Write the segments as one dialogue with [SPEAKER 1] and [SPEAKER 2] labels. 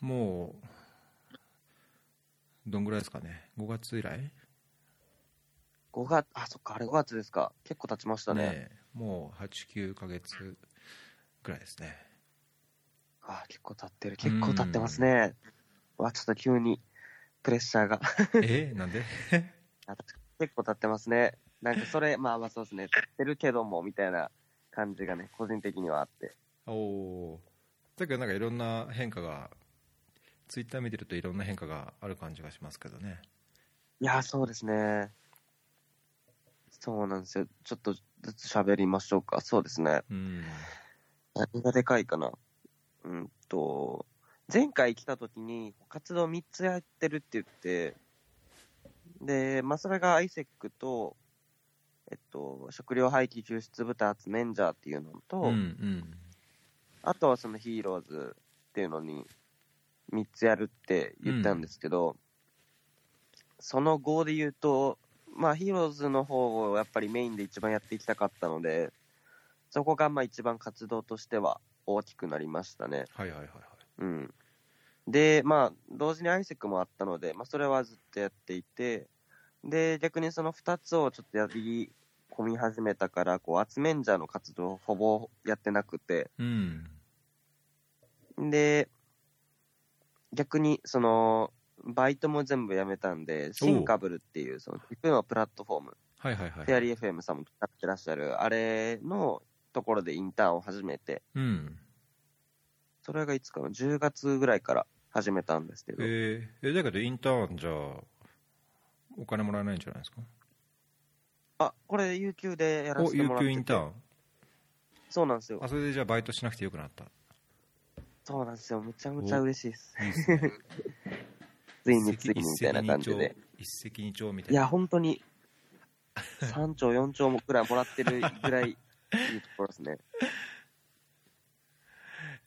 [SPEAKER 1] もう、どんぐらいですかね、5月以来
[SPEAKER 2] 5月、あ、そっか、あれ5月ですか。結構経ちましたね。
[SPEAKER 1] えもう8、9ヶ月ぐらいです ね。
[SPEAKER 2] あ、結構経ってる。結構経ってますね。わ、ちょっと急にプレッシャーが。
[SPEAKER 1] えなんで
[SPEAKER 2] あ確かに結構経ってますね。なんかそれ、まあまあそうですね。経ってるけども、みたいな感じがね、個人的にはあって。
[SPEAKER 1] おお。だけどなんかいろんな変化が、ツイッター見てるといろんな変化がある感じがしますけどね。
[SPEAKER 2] いや、そうですね。そうなんですよ。ちょっとずつ喋りましょうか。そうですね。
[SPEAKER 1] うん。
[SPEAKER 2] 何がでかいかな。うんと、前回来た時に活動3つやってるって言って、で、まあ、それが ISEC と、えっと、食料廃棄救出部隊集めんじゃっていうのと、
[SPEAKER 1] うんうん。
[SPEAKER 2] あとはそのヒーローズっていうのに3つやるって言ったんですけど、その後で言うと、まあヒーローズの方をやっぱりメインで一番やっていきたかったので、そこがまあ一番活動としては大きくなりましたね。
[SPEAKER 1] はいはいはいはい。
[SPEAKER 2] うん。で、まあ同時にアイセックもあったので、まあそれはずっとやっていて、で、逆にその2つをちょっとやり込み始めたから、こう、集めんじゃの活動をほぼやってなくて、
[SPEAKER 1] うん。
[SPEAKER 2] で、逆に、その、バイトも全部やめたんで、シンカブルっていう、その、テクのプラットフォーム、
[SPEAKER 1] はいはいはい。
[SPEAKER 2] フェアリー FM さんも使ってらっしゃる、あれのところでインターンを始めて、
[SPEAKER 1] うん。
[SPEAKER 2] それがいつかの10月ぐらいから始めたんですけど、
[SPEAKER 1] えーえだけどインターンじゃあお金もらえないんじゃないですか
[SPEAKER 2] あ、これ、有給でやら
[SPEAKER 1] お
[SPEAKER 2] せて
[SPEAKER 1] 有
[SPEAKER 2] もらって
[SPEAKER 1] 給
[SPEAKER 2] て
[SPEAKER 1] インターン
[SPEAKER 2] そうなんですよ
[SPEAKER 1] あ。それでじゃあバイトしなくてよくなった
[SPEAKER 2] そうなんですよ。めちゃめちゃ嬉しいです。
[SPEAKER 1] いいですね
[SPEAKER 2] ついについにみたいな感じで。
[SPEAKER 1] 一石二鳥一石二鳥みた
[SPEAKER 2] い
[SPEAKER 1] いな
[SPEAKER 2] や、本当に、3兆、4兆もくらいもらってるぐらい、いいところです ね。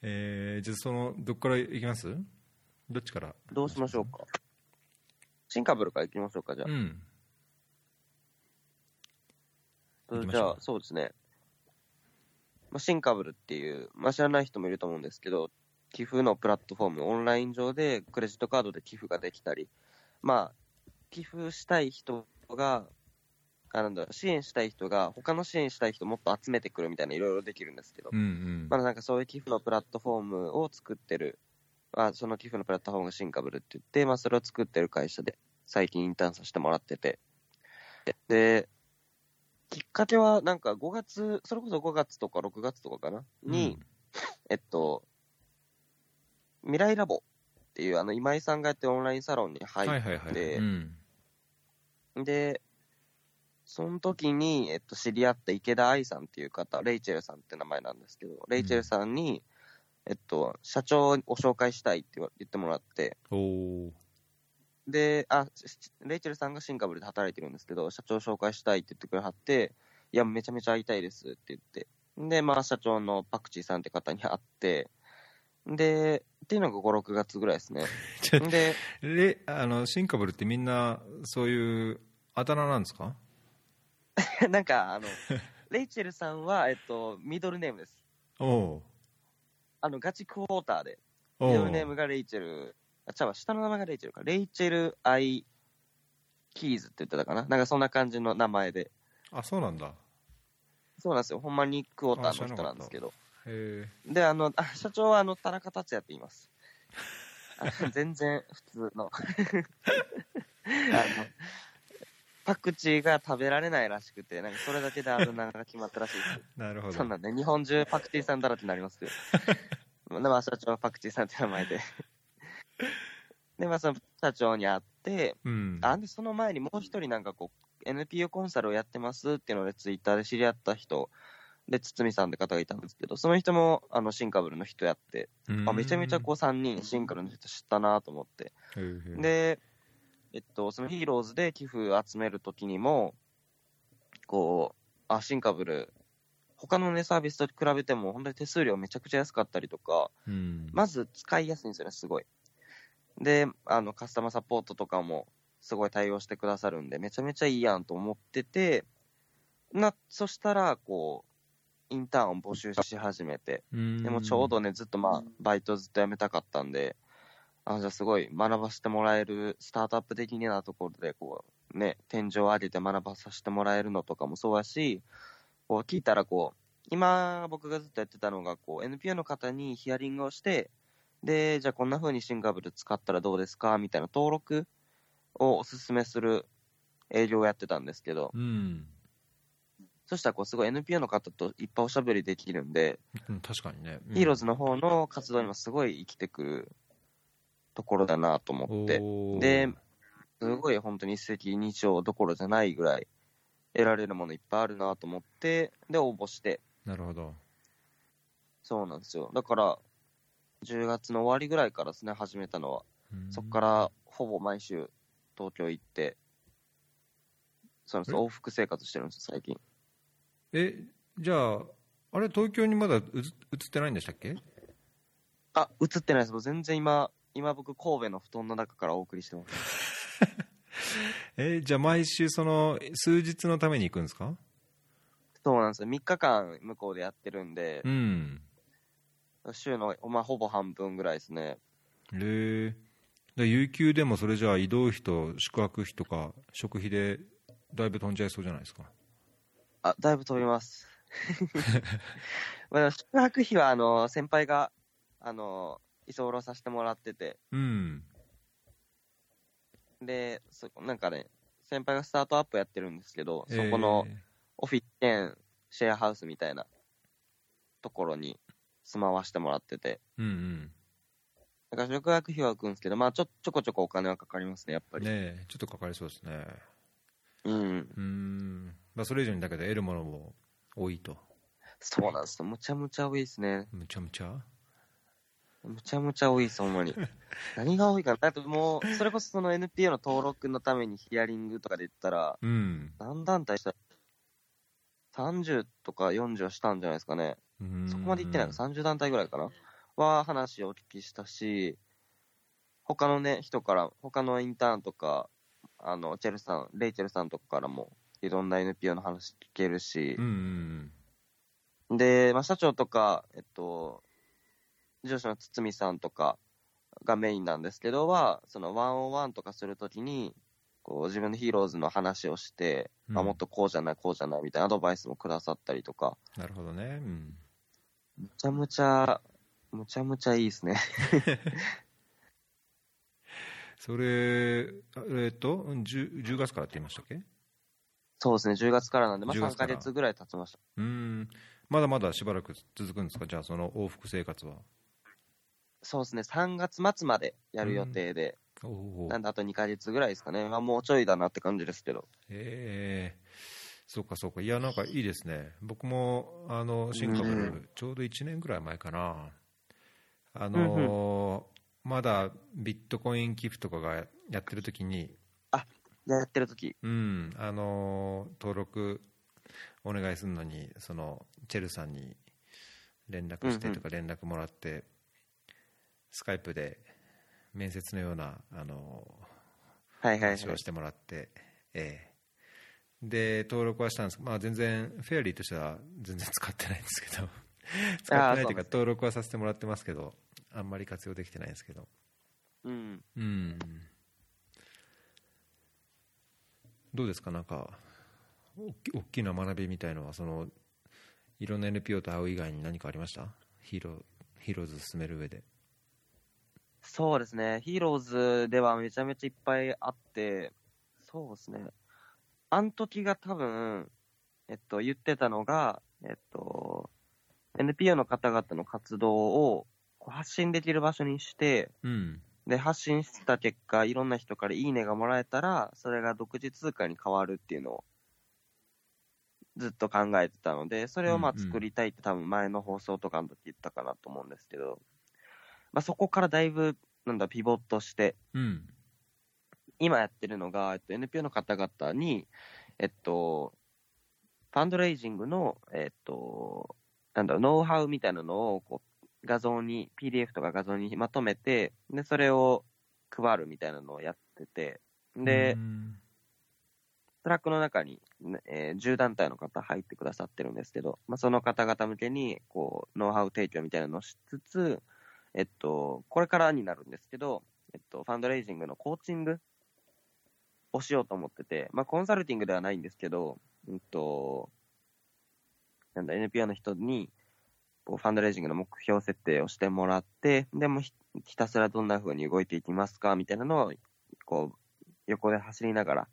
[SPEAKER 1] えー、じゃあそのどっから行きますどっちから
[SPEAKER 2] どうしましょうか。シンカブルから行きましょうか、じゃあ。
[SPEAKER 1] うん行きまし
[SPEAKER 2] じ
[SPEAKER 1] ょう
[SPEAKER 2] ゃあ、そうですね。まあ、シンカブルっていう、まあ、知らない人もいると思うんですけど、寄付のプラットフォーム、オンライン上でクレジットカードで寄付ができたり、まあ、寄付したい人が、あなんだろう支援したい人が、他の支援したい人もっと集めてくるみたいな、いろいろできるんですけど
[SPEAKER 1] う、んうん、
[SPEAKER 2] まあ、なんかそういう寄付のプラットフォームを作ってる、まあ、その寄付のプラットフォームがシンカブルって言って、まあ、それを作ってる会社で、最近インターンさせてもらってて。で、きっかけは、なんか5月、それこそ5月とか6月とかかな、に、えっと、未来ラボっていう、あの、今井さんがやってるオンラインサロンに
[SPEAKER 1] う
[SPEAKER 2] 入
[SPEAKER 1] ん、
[SPEAKER 2] っ
[SPEAKER 1] はいはいはい
[SPEAKER 2] で
[SPEAKER 1] うん
[SPEAKER 2] で、その時に、えっと、知り合った池田愛さんっていう方、レイチェルさんって名前なんですけど、レイチェルさんに、えっと、社長を紹介したいって言わ言ってもらって、
[SPEAKER 1] お お
[SPEAKER 2] で、あ、しレイチェルさんがシンガブルで働いてるんですけど、社長を紹介したいって言ってくれはって、いや、めちゃめちゃ会いたいですって言って。で、まあ、社長のパクチーさんって方に会って、で、っていうのが5、6月ぐらいですね。
[SPEAKER 1] ちょ
[SPEAKER 2] で、
[SPEAKER 1] レあのシンカブルってみんなそういうあだ名なんですか
[SPEAKER 2] なんか、あの、レイチェルさんは、えっと、ミドルネームです。
[SPEAKER 1] おお
[SPEAKER 2] あの、ガチクォーターで。
[SPEAKER 1] うお
[SPEAKER 2] ミ
[SPEAKER 1] う
[SPEAKER 2] ドルネームがレイチェル、あ、ちゃうわ下の名前がレイチェルか。レイチェル・アイ・キーズって言ってたかな。なんかそんな感じの名前で。
[SPEAKER 1] あそうなんだ
[SPEAKER 2] そうなんですよ。ほんまにクォーターの人なんですけど。
[SPEAKER 1] へえ
[SPEAKER 2] で、あの、あ社長はあの、田中達也って言います。あ全然普通の。あのパクチーが食べられないらしくて、なんかそれだけであだ名が決まったらしいです。
[SPEAKER 1] なるほど
[SPEAKER 2] そうなんで、日本中パクチーさんだらけにな りますけど。で、まあ、社長はパクチーさんって名前で。で、まあ、その社長に会って、
[SPEAKER 1] うん
[SPEAKER 2] あ、で、その前にもう一人なんかこう、NPO コンサルをやってますっていうので、ツイッターで知り合った人、で、堤さんって方がいたんですけど、その人も、あの、シンカブルの人やって、あ、めちゃめちゃこう3人、シンカブルの人知ったなと思って。
[SPEAKER 1] うんへーへー
[SPEAKER 2] で、えっと、そのヒーローズで寄付集めるときにも、こう、あ、シンカブル、他のね、サービスと比べても、本当に手数料めちゃくちゃ安かったりとか、
[SPEAKER 1] うん
[SPEAKER 2] まず使いやすいんですよね、すごい。で、あの、カスタマーサポートとかも、すごい対応してくださるんで、めちゃめちゃいいやんと思ってて、な、そしたら、こう、インターンを募集し始めて、
[SPEAKER 1] うん
[SPEAKER 2] でもちょうどね、ずっとまあ、バイトずっと辞めたかったんで、あ、じゃあすごい学ばせてもらえる、スタートアップ的なところで、こう、ね、天井を上げて学ばさせてもらえるのとかもそうやし、こう聞いたらこう、今僕がずっとやってたのが、こう、NPO の方にヒアリングをして、で、じゃあこんな風にシンガブル使ったらどうですかみたいな登録をおすすめする営業をやってたんですけど、
[SPEAKER 1] うん、
[SPEAKER 2] そしたらこうすごい NPO の方といっぱいおしゃべりできるんで、
[SPEAKER 1] うん確かにね、うん
[SPEAKER 2] ヒーローズの方の活動にもすごい生きてくるところだなと思って、
[SPEAKER 1] おー
[SPEAKER 2] で、すごい本当に一石二鳥どころじゃないぐらい得られるものいっぱいあるなと思って、で、応募して、
[SPEAKER 1] なるほど
[SPEAKER 2] そうなんですよ。だから、10月の終わりぐらいからですね、始めたのは。そこからほぼ毎週東京行って、そうなんです
[SPEAKER 1] え
[SPEAKER 2] 往復生活してるんですよ、最近。
[SPEAKER 1] えじゃああれ東京にまだ移移ってないんでしたっけ
[SPEAKER 2] あ、映ってないです。もう全然今、今僕神戸の布団の中からお送りしてます。
[SPEAKER 1] えじゃあ毎週その数日のために行くんですか
[SPEAKER 2] そうなんですよ。3日間向こうでやってるんで
[SPEAKER 1] う、ん
[SPEAKER 2] 週の、まあ、ほぼ半分ぐらいですね。
[SPEAKER 1] へえで有給でもそれじゃあ移動費と宿泊費とか食費でだいぶ飛んじゃいそうじゃないですか
[SPEAKER 2] あ、だいぶ飛 びます。まあでも宿泊費は、あの、先輩が、あの、居候させてもらってて、
[SPEAKER 1] うん
[SPEAKER 2] で、そこ、なんかね、先輩がスタートアップやってるんですけど、そこの
[SPEAKER 1] えー
[SPEAKER 2] オフィス兼シェアハウスみたいなところに住まわしてもらってて、
[SPEAKER 1] うん
[SPEAKER 2] だから宿泊費は浮くんですけど、まあちょ、ちょこちょこお金はかかりますね、やっ
[SPEAKER 1] う
[SPEAKER 2] ぱ
[SPEAKER 1] ん
[SPEAKER 2] り。
[SPEAKER 1] ねえちょっとかかりそうですね
[SPEAKER 2] うん。
[SPEAKER 1] うーん、まあ、それ以上にだけど得るものも多いと
[SPEAKER 2] そうなんですよ。むちゃむちゃ多いですね。
[SPEAKER 1] むちゃむちゃ
[SPEAKER 2] むちゃむちゃ多いです、ほん まに。何が多いかな。だってもう、それこそその NPO の登録のためにヒアリングとかで言ったら、
[SPEAKER 1] うん
[SPEAKER 2] 何団体したら、30とか40はしたんじゃないですかね。
[SPEAKER 1] うーん
[SPEAKER 2] そこまで行ってないの ?30 団体ぐらいかなは話をお聞きしたし、他のね、人から、他のインターンとか、あの、チェルさん、レイチェルさんとかからも、いろんな NPO の話聞けるし
[SPEAKER 1] うん、うん
[SPEAKER 2] で、まあ、社長とか、えっと、上司の堤さんとかがメインなんですけどは、そのワンオンワンとかするときに、こう自分のヒーローズの話をして、
[SPEAKER 1] うん
[SPEAKER 2] まあ、もっとこうじゃない、こうじゃないみたいなアドバイスもくださったりとか、
[SPEAKER 1] なるほどねうん
[SPEAKER 2] むちゃむちゃ、むちゃむちゃいいですね。
[SPEAKER 1] それあえっとうん 10, 10月からって言いましたっけ
[SPEAKER 2] そうですね、10月からなんで、まあ、
[SPEAKER 1] 10
[SPEAKER 2] 3
[SPEAKER 1] 月か
[SPEAKER 2] から月ぐらい経ちました。
[SPEAKER 1] うーんまだまだしばらく続くんですかじゃあその往復生活は
[SPEAKER 2] そうですね、3月末までやる予定で、
[SPEAKER 1] おお
[SPEAKER 2] なんであと2ヶ月ぐらいですかね、まあ、もうちょいだなって感じですけど、
[SPEAKER 1] ええそうかそうかいやなんかいいですね僕もあのシンカブ
[SPEAKER 2] う
[SPEAKER 1] ルちょうど1年ぐらい前かなあのーまだビットコイン寄付とかがやってる時に
[SPEAKER 2] やってる時
[SPEAKER 1] うんあのー登録お願いするのにそのチェルさんに連絡してとか連絡もらって、スカイプで面接のようなあのー
[SPEAKER 2] はいはいはい
[SPEAKER 1] 話を。してもらって、ええで登録はしたんですまあ、全然フェアリーとしては全然使ってないんですけど使ってないというか
[SPEAKER 2] そうなんです
[SPEAKER 1] 登録はさせてもらってますけどあんまり活用できてないんですけど
[SPEAKER 2] うん、
[SPEAKER 1] うんどうですかなんかおっき大きな学びみたいのはそのいろんな NPO と会う以外に何かありましたヒーローヒーローズ進める上で
[SPEAKER 2] そうですね、ヒーローズではめちゃめちゃいっぱいあって、そうですね、あの時が多分、えっと、言ってたのが、えっと、NPO の方々の活動をこう発信できる場所にして、
[SPEAKER 1] うん
[SPEAKER 2] で、発信した結果、いろんな人からいいねがもらえたら、それが独自通貨に変わるっていうのを、ずっと考えてたので、それをまあ
[SPEAKER 1] うんうん
[SPEAKER 2] 作りたいって多分前の放送とかの時言ったかなと思うんですけど、まあそこからだいぶ、なんだ、ピボットして、
[SPEAKER 1] うん
[SPEAKER 2] 今やってるのが、えっと、NPO の方々に、えっと、ファンドレイジングの、えっと、なんだろう、ノウハウみたいなのをこう画像に、PDF とか画像にまとめて、で、それを配るみたいなのをやってて、で、
[SPEAKER 1] うん
[SPEAKER 2] トラックの中に、ねえー10団体の方入ってくださってるんですけど、まあ、その方々向けにこうノウハウ提供みたいなのをしつつ、えっと、これからになるんですけど、えっと、ファンドレイジングのコーチングをしようと思ってて、まあ、コンサルティングではないんですけど、うんと、なんだ、NPO の人に、こうファンドレイジングの目標設定をしてもらって、でもうひひたすらどんな風に動いていきますかみたいなのを、こう、横で走りながら、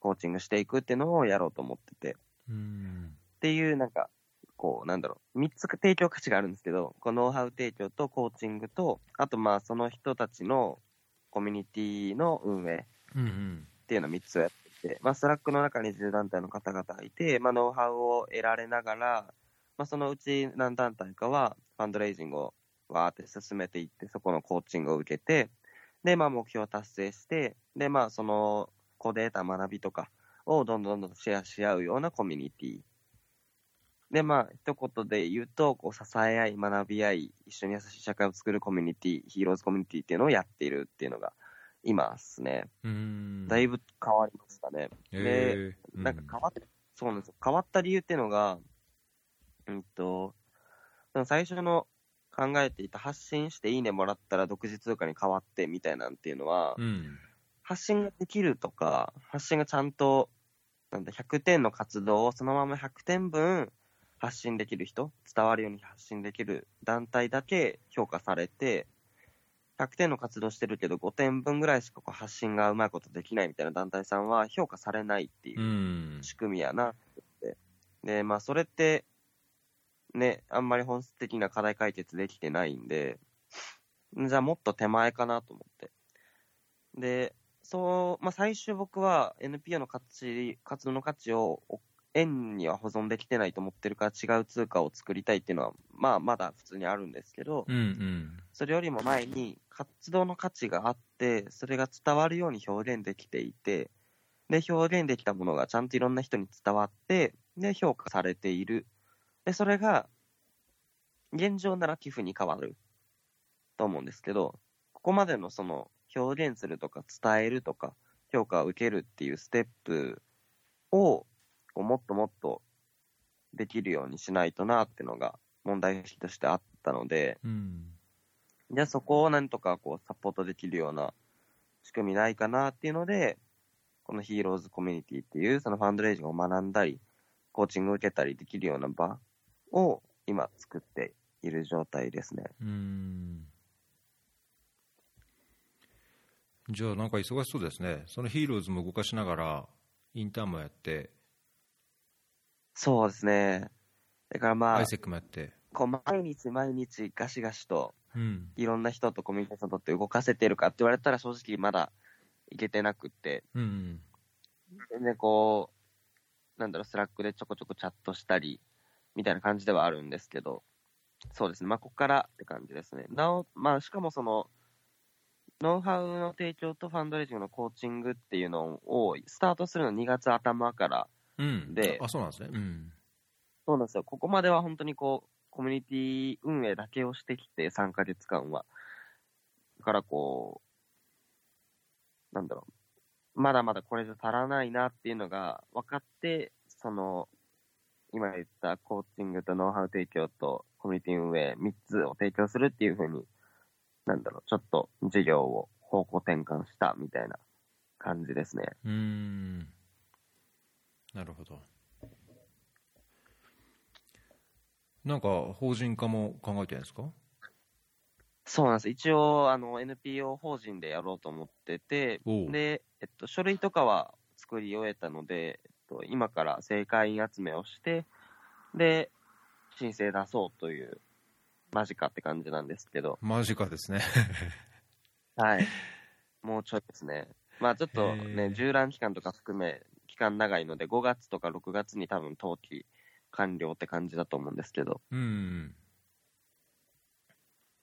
[SPEAKER 2] コーチングしていくっていうのをやろうと思ってて、
[SPEAKER 1] うん
[SPEAKER 2] っていう、なんか、こう、なんだろう、3つ提供価値があるんですけど、こうノウハウ提供とコーチングと、あと、まあ、その人たちのコミュニティの運営
[SPEAKER 1] うんうん
[SPEAKER 2] っていうのを3つをやってて、まあ、スラックの中に10団体の方々がいて、まあ、ノウハウを得られながら、まあ、そのうち何団体かは、ファンドレイジングをわーって進めていって、そこのコーチングを受けて、で、まあ、目標を達成して、で、まあ、その、ここで得た学びとかをどんどんどんどんシェアし合うようなコミュニティ。で、まあ、一言で言うと、こう、支え合い、学び合い、一緒に優しい社会を作るコミュニティ、ヒーローズコミュニティっていうのをやっているっていうのが、今ですね。
[SPEAKER 1] うん
[SPEAKER 2] だいぶ変わりましたね。
[SPEAKER 1] えー
[SPEAKER 2] なんか変わっそうなんですよ。変わった理由っていうのが、うんと、その最初の考えていた発信していいねもらったら独自通貨に変わってみたいなんていうのは、
[SPEAKER 1] うん
[SPEAKER 2] 発信ができるとか、発信がちゃんと、なんだ、100点の活動をそのまま100点分発信できる人、伝わるように発信できる団体だけ評価されて、100点の活動してるけど5点分ぐらいしかこう発信がうまいことできないみたいな団体さんは評価されないっていううん仕組みやなって。で、まあ、それって、ね、あんまり本質的な課題解決できてないんで、じゃあもっと手前かなと思って。で、そう、まあ、最終僕は NPO の価値、活動の価値をお円には保存できてないと思ってるから違う通貨を作りたいっていうのは、まあ、まだ普通にあるんですけど、
[SPEAKER 1] うんうん
[SPEAKER 2] それよりも前に活動の価値があって、それが伝わるように表現できていて、で、表現できたものがちゃんといろんな人に伝わって、で、評価されている。で、それが、現状なら寄付に変わると思うんですけど、ここまでのその表現するとか伝えるとか評価を受けるっていうステップをこうもっともっとできるようにしないとなってのが問題意識としてあったので、
[SPEAKER 1] うん
[SPEAKER 2] じゃあそこをなんとかこうサポートできるような仕組みないかなっていうので、このヒーローズコミュニティっていうそのファンドレイジングを学んだり、コーチングを受けたりできるような場を今作っている状態ですね。
[SPEAKER 1] うんじゃあなんか忙しそうですねそのヒーローズも動かしながらインターンもやって
[SPEAKER 2] そうですね。だからま
[SPEAKER 1] ア
[SPEAKER 2] あ
[SPEAKER 1] イ、セックもやって
[SPEAKER 2] こう毎日毎日ガシガシと
[SPEAKER 1] うん
[SPEAKER 2] いろんな人とコミュニケーション取って動かせてるかって言われたら正直まだいけてなくって、
[SPEAKER 1] うん
[SPEAKER 2] 全然こう、なんだろう、スラックでちょこちょこチャットしたり、みたいな感じではあるんですけど、そうですね、まあ、ここからって感じですね。なお、まあ、しかもその、ノウハウの提供とファンドレイジングのコーチングっていうのを、スタートするの2月頭から、
[SPEAKER 1] うん
[SPEAKER 2] で
[SPEAKER 1] あそうなんですねうん
[SPEAKER 2] そうなんですよ、ここまでは本当にこう、コミュニティ運営だけをしてきて、3ヶ月間は。だからこう、なんだろう、まだまだこれじゃ足らないなっていうのが分かって、その、今言ったコーチングとノウハウ提供とコミュニティ運営3つを提供するっていうふうに、なんだろう、ちょっと事業を方向転換したみたいな感じですね。
[SPEAKER 1] うんなるほどなんか法人化も考えてるんですか
[SPEAKER 2] そうなんです。一応、あの、NPO 法人でやろうと思ってて、
[SPEAKER 1] おう
[SPEAKER 2] で、えっと、書類とかは作り終えたので、えっと、今から正会員集めをして、で、申請出そうという、マジかって感じなんですけど、
[SPEAKER 1] マジかですね
[SPEAKER 2] はい。もうちょいですね。まあちょっと
[SPEAKER 1] へ
[SPEAKER 2] ね
[SPEAKER 1] ー、
[SPEAKER 2] 従覧期間とか含め、期間長いので、5月とか6月に多分登記完了って感じだと思うんですけど、
[SPEAKER 1] うん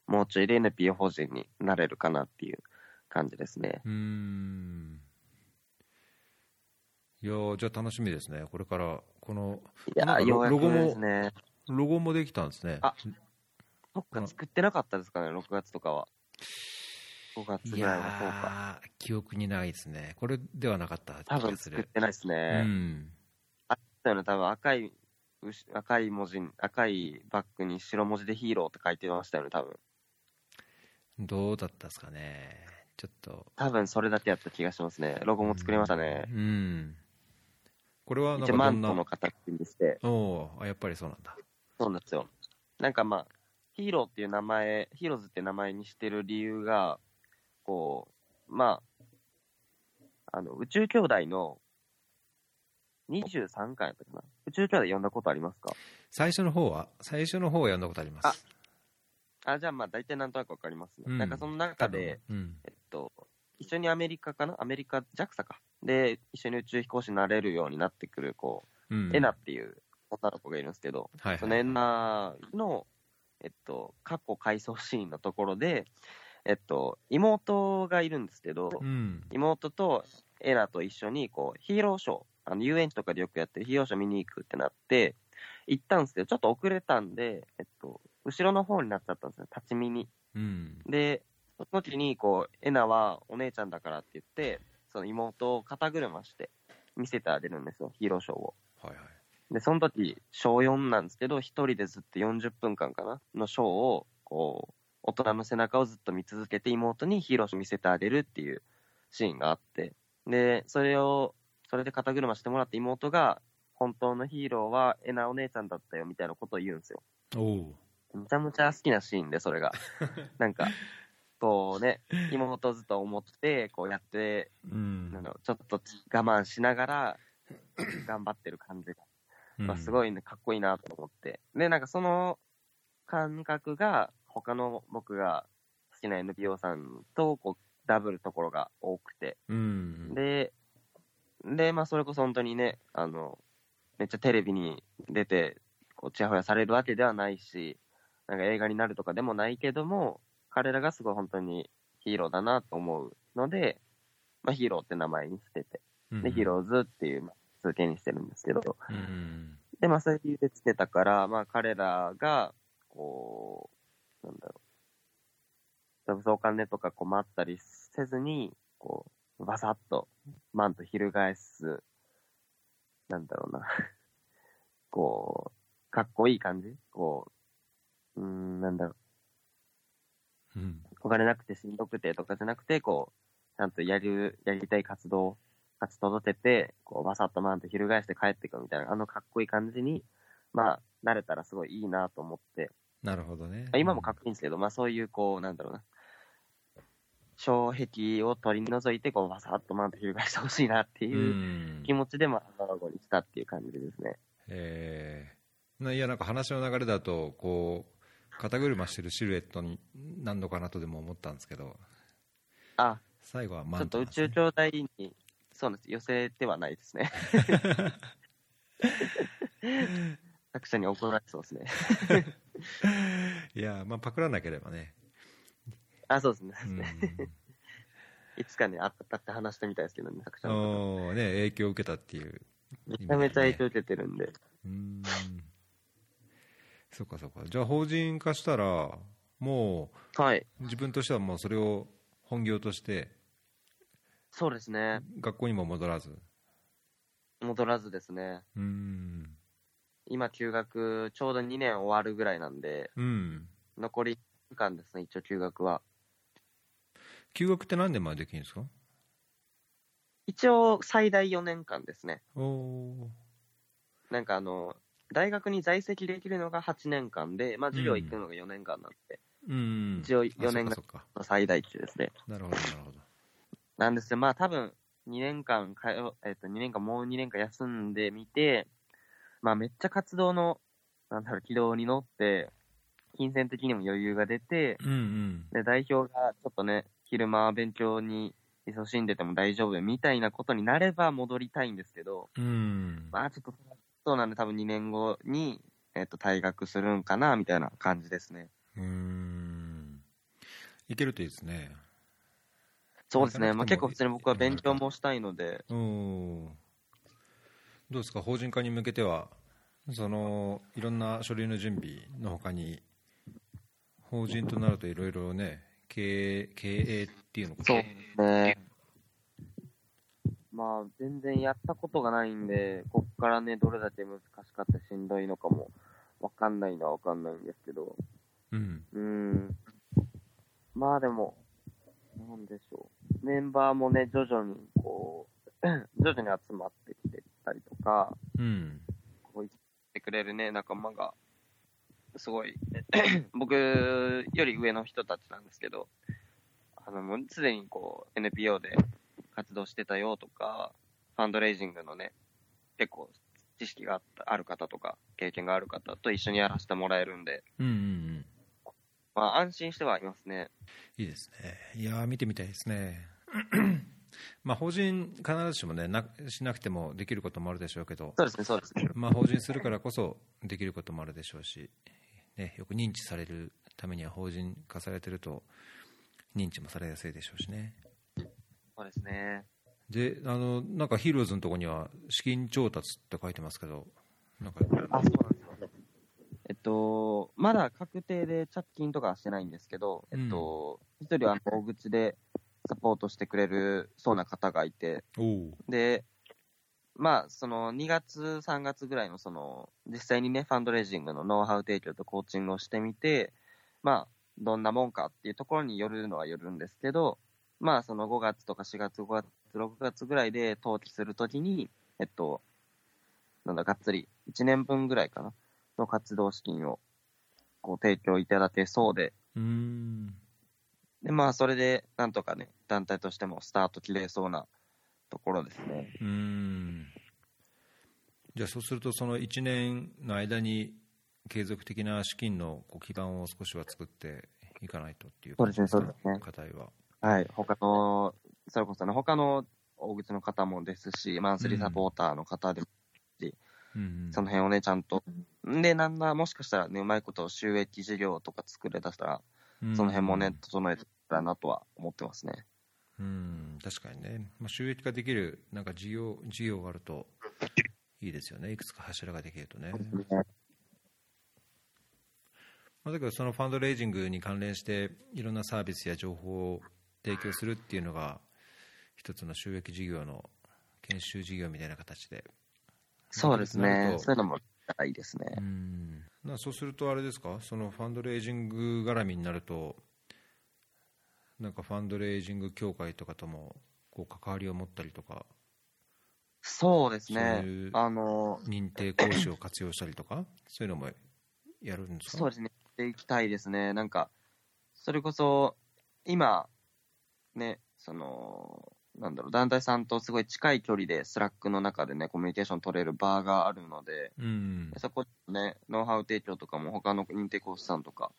[SPEAKER 2] もうちょいで NPO 法人になれるかなっていう感じですね。
[SPEAKER 1] うーんいやーじゃあ楽しみですねこれからこの
[SPEAKER 2] いや
[SPEAKER 1] なんか
[SPEAKER 2] ー、
[SPEAKER 1] ロ
[SPEAKER 2] ようやく
[SPEAKER 1] ロゴも
[SPEAKER 2] ですね。
[SPEAKER 1] ロゴもできたんですね
[SPEAKER 2] あそっ
[SPEAKER 1] う
[SPEAKER 2] か、
[SPEAKER 1] ん
[SPEAKER 2] 作ってなかったですかね、6月とかは。5月
[SPEAKER 1] い
[SPEAKER 2] ぐらいの方か。
[SPEAKER 1] やー記憶にないですねこれではなかった
[SPEAKER 2] 多
[SPEAKER 1] 気
[SPEAKER 2] 分
[SPEAKER 1] がす
[SPEAKER 2] 作っ
[SPEAKER 1] る
[SPEAKER 2] てないです
[SPEAKER 1] う
[SPEAKER 2] ね。
[SPEAKER 1] ん
[SPEAKER 2] だよね、多分赤い、牛赤い文字に、赤いバッグに白文字でヒーローって書いてましたよね、多分。
[SPEAKER 1] どうだったですかねちょっと
[SPEAKER 2] 多分それだけやった気がしますね。ロゴも作りましたね。
[SPEAKER 1] うんこれはなん
[SPEAKER 2] 一
[SPEAKER 1] か
[SPEAKER 2] 応マ
[SPEAKER 1] ど
[SPEAKER 2] ン
[SPEAKER 1] ん
[SPEAKER 2] トの
[SPEAKER 1] な
[SPEAKER 2] 形にして、
[SPEAKER 1] おおーあやっぱりそうなんだ
[SPEAKER 2] そうなんですよ。なんかまあ、ヒーローっていう名前、ヒーローズって名前にしてる理由が、こう、まあ、あの、宇宙兄弟の23巻やったかな。宇宙兄弟読んだことありますか
[SPEAKER 1] 最初の方は最初の方は読んだことあります
[SPEAKER 2] ああ、じゃあまあ大体なんとなくわかりますね。
[SPEAKER 1] うん
[SPEAKER 2] なんかその中
[SPEAKER 1] 多分
[SPEAKER 2] で、
[SPEAKER 1] うん
[SPEAKER 2] えっと、一緒にアメリカかなアメリカ、JAXA か。で、一緒に宇宙飛行士になれるようになってくる、こ
[SPEAKER 1] うん
[SPEAKER 2] う、エナっていう女の子がいるんですけど、
[SPEAKER 1] はい
[SPEAKER 2] そ
[SPEAKER 1] は
[SPEAKER 2] の
[SPEAKER 1] い
[SPEAKER 2] エナの、えっと、過去回想シーンのところで、えっと、妹がいるんですけど、
[SPEAKER 1] うん
[SPEAKER 2] 妹とエナと一緒にこうヒーローショーあの遊園地とかでよくやってるヒーローショー見に行くってなって行ったんですけどちょっと遅れたんで、えっと、後ろの方になっちゃったんですよ立ち見に
[SPEAKER 1] うん
[SPEAKER 2] でその時にこうエナはお姉ちゃんだからって言ってその妹を肩車して見せてあげるんですよヒーローショーを
[SPEAKER 1] はいはい
[SPEAKER 2] で、その時、小4なんですけど、一人でずっと40分間かなのショーを、こう、大人の背中をずっと見続けて妹にヒーローを見せてあげるっていうシーンがあって、で、それを、それで肩車してもらって妹が、本当のヒーローはエナお姉ちゃんだったよみたいなことを言うんですよ。
[SPEAKER 1] おお
[SPEAKER 2] めちゃめちゃ好きなシーンで、それが。なんか、こうね、妹をずっと思って、こうやって
[SPEAKER 1] うん
[SPEAKER 2] なんだろうちょっと我慢しながら、頑張ってる感じがまあ、す
[SPEAKER 1] い
[SPEAKER 2] ごいね、かっこいいなと思って。で、なんかその感覚が、他の僕が好きな NPO さんとこうダブルところが多くて。
[SPEAKER 1] うん
[SPEAKER 2] で、で、まあ、それこそ本当にね、あの、めっちゃテレビに出て、こう、ちやほやされるわけではないし、なんか映画になるとかでもないけども、彼らがすごい本当にヒーローだなと思うので、まあ、ヒーローって名前にしてて、で、ヒーローズっていう、まあ通形にしてるんですけど、
[SPEAKER 1] うんうん
[SPEAKER 2] で、まあ、そういう理由でつけたから、まあ、彼らが、こう、なんだろう、ラブ相関ねとか困ったりせずに、こう、バサッと、マント翻す、なんだろうな、 こう、かっこいい感じこう、うーん、なんだろ
[SPEAKER 1] う
[SPEAKER 2] う、
[SPEAKER 1] ん
[SPEAKER 2] お金なくてしんどくてとかじゃなくて、こう、ちゃんとやる、やりたい活動を立ち届けて、こう、バサッとマンと翻して帰っていくみたいな、あのかっこいい感じに、まあ、慣れたらすごいいいなと思って、
[SPEAKER 1] なるほどね
[SPEAKER 2] まあ今もかっこいいんですけど、まあそういう、こう、なんだろうな、障壁を取り除いて、こう、バサッとマンと翻してほしいなって
[SPEAKER 1] う
[SPEAKER 2] いうん気持ちで、まあ、アナログにしたっていう感じですね。
[SPEAKER 1] えーないやなんか話の流れだとこう肩車してるシルエットに何度かなとでも思ったんですけど
[SPEAKER 2] あ、
[SPEAKER 1] 最後は
[SPEAKER 2] ち
[SPEAKER 1] マ
[SPEAKER 2] ょっ
[SPEAKER 1] ント
[SPEAKER 2] と
[SPEAKER 1] な
[SPEAKER 2] 宇
[SPEAKER 1] んですね、
[SPEAKER 2] 宙兄弟に、そうなんです、寄せてはな いですね。作者に怒られそうですね。
[SPEAKER 1] いやまあパクらなければね、
[SPEAKER 2] あ、 そうですね。
[SPEAKER 1] うん
[SPEAKER 2] いつかね、あったって話してみたいですけどね、作者の方。
[SPEAKER 1] おーね影響を受けたっていう
[SPEAKER 2] めちゃめちゃ影響受けてるんで。
[SPEAKER 1] うんそっかそっかじゃあ法人化したらも
[SPEAKER 2] はい。
[SPEAKER 1] う自分としてはもうそれを本業として
[SPEAKER 2] そうですね。
[SPEAKER 1] 学校にも戻らず
[SPEAKER 2] 戻らずですね。
[SPEAKER 1] うん
[SPEAKER 2] 今、休学、ちょうど2年終わるぐらいなんで、
[SPEAKER 1] うん
[SPEAKER 2] 残り1年間ですね、一応休学は。
[SPEAKER 1] 休学って何年までできるんですか
[SPEAKER 2] 一応、最大4年間ですね。
[SPEAKER 1] おお
[SPEAKER 2] なんかあの、大学に在籍できるのが8年間で、まあ、授業行くのが4年間なんで、
[SPEAKER 1] うん
[SPEAKER 2] 一応4年
[SPEAKER 1] あ
[SPEAKER 2] が
[SPEAKER 1] そっか
[SPEAKER 2] 最大級ですね。
[SPEAKER 1] そっかなるほどなるほど
[SPEAKER 2] なんですよ、まあ多分2年間かよ、えっと2年間、もう2年間休んでみて、まあ、めっちゃ活動の、なんだろう、軌道に乗って、金銭的にも余裕が出て、
[SPEAKER 1] うんうん
[SPEAKER 2] で代表がちょっとね、昼間は勉強に勤しんでても大丈夫みたいなことになれば戻りたいんですけど、
[SPEAKER 1] うん
[SPEAKER 2] まあちょっとそうなんで、多分2年後に、えっと退学するんかなみたいな感じですね。
[SPEAKER 1] うんいけるといいですね
[SPEAKER 2] そうですね、ま
[SPEAKER 1] な
[SPEAKER 2] あ、
[SPEAKER 1] かなかでも
[SPEAKER 2] 結構普通に僕は勉強もしたいので、
[SPEAKER 1] おーどうですか法人化に向けてはそのいろんな書類の準備のほかに法人となるといろいろね経営経営っていうのか
[SPEAKER 2] そうですね。まあ、全然やったことがないんで、こっからね、どれだけ難しかったしんどいのかも、わかんないのはわかんないんですけど、
[SPEAKER 1] うん
[SPEAKER 2] うーん。まあでも、なんでしょメンバーもね、徐々にこう、 徐々に集まってきてたりとか、
[SPEAKER 1] うん
[SPEAKER 2] こう言ってくれるね、仲間が、すご い、僕より上の人たちなんですけど、あの、もうすでにこう、NPO で活動してたよとか、ファンドレイジングのね、結構知識があったある方とか、経験がある方と一緒にやらせてもらえるんで、
[SPEAKER 1] うんうんうん
[SPEAKER 2] まあ安心してはいますね。
[SPEAKER 1] いいですねいやー見てみたいですね まあ法人必ずしもねなしなくてもできることもあるでしょうけど
[SPEAKER 2] そうですね、そうですね。
[SPEAKER 1] まあ法人するからこそできることもあるでしょうし、ね、よく認知されるためには法人化されてると認知もされやすいでしょうしね
[SPEAKER 2] そうですね。
[SPEAKER 1] であのなんかヒーローズのとこには資金調達って書いてますけどなんか
[SPEAKER 2] あ、そうなんですよ。えっと、まだ確定で着金とかはしてないんですけど、えっと、一、人は大口でサポートしてくれるそうな方がいて、
[SPEAKER 1] おお
[SPEAKER 2] で、まあ、その2月、3月ぐらいの、その、実際にね、ファンドレイジングのノウハウ提供とコーチングをしてみて、まあ、どんなもんかっていうところによるのはよるんですけど、まあ、その5月とか4月、5月、6月ぐらいで登記するときに、えっと、なんだ、がっつり、1年分ぐらいかな、の活動資金を、こう、提供いただけそうで、
[SPEAKER 1] うーん
[SPEAKER 2] で、まあ、それで、なんとかね、団体としてもスタート切れそうなところですね。
[SPEAKER 1] うーんじゃあそうするとその1年の間に継続的な資金のこう基盤を少しは作っていかないとっていう
[SPEAKER 2] そうです
[SPEAKER 1] 感
[SPEAKER 2] ね
[SPEAKER 1] じか
[SPEAKER 2] そうですね
[SPEAKER 1] 課題は
[SPEAKER 2] はい、他の、それこそね、他の大口の方もですし、マンスリーサポーターの方でも、
[SPEAKER 1] うん
[SPEAKER 2] その辺をね、ちゃんと、で、なんだ、もしかしたらね、うまいこと収益事業とか作れだしたら、
[SPEAKER 1] うん
[SPEAKER 2] その辺もね、整えたらなとは思ってますね。
[SPEAKER 1] うん確かにね、まあ、収益化できるなんか事業事業があるといいですよね、いくつか柱ができるとね。まあ、だけど、そのファンドレイジングに関連して、いろんなサービスや情報を提供するっていうのが、一つの収益事業の研修事業みたいな形で、
[SPEAKER 2] そうです
[SPEAKER 1] なる
[SPEAKER 2] ね
[SPEAKER 1] ほ。ど
[SPEAKER 2] そういうのも、いいですね
[SPEAKER 1] う。んなそうすると、あれですか、そのファンドレイジング絡みになると、なんかファンドレイジング協会とかともこう関わりを持ったりとか、
[SPEAKER 2] そうです
[SPEAKER 1] そういう
[SPEAKER 2] ね。あの、
[SPEAKER 1] 認定講師を活用したりとか、そういうのもやるんですか
[SPEAKER 2] そうですね、していきたいですね、なんか、それこそ、今、ね、その、なんだろう、団体さんとすごい近い距離で、スラックの中でね、コミュニケーション取れる場があるので、
[SPEAKER 1] うん
[SPEAKER 2] そこね、ノウハウ提供とかも、他の認定講師さんとか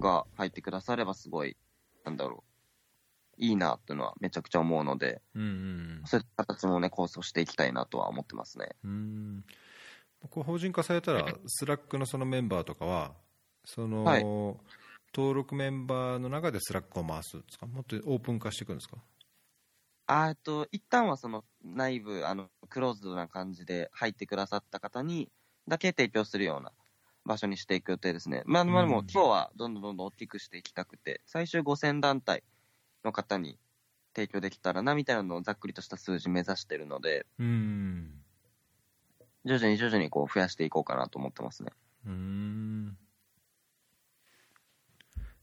[SPEAKER 2] が入ってくだされば、すごい、なんだろう、いいなっていうのはめちゃくちゃ思うので、
[SPEAKER 1] うんうん
[SPEAKER 2] そういった形もね、構想していきたいなとは思ってますね。
[SPEAKER 1] うんこう法人化されたら、スラックのそのメンバーとかは、その、
[SPEAKER 2] はい
[SPEAKER 1] 登録メンバーの中でスラックを回すんですか、もっとオープン化していくんですか、
[SPEAKER 2] あーえっと、一旦はその内部、あの、クローズドな感じで入ってくださった方にだけ提供するような場所にしていく予定ですね。まあ、まあ、
[SPEAKER 1] うん
[SPEAKER 2] でも今日はどんどんどんどん大きくしていきたくて、最終5000団体の方に提供できたらな、みたいなのをざっくりとした数字目指してるので、
[SPEAKER 1] うん
[SPEAKER 2] 徐々に徐々にこう増やしていこうかなと思ってますね。
[SPEAKER 1] うん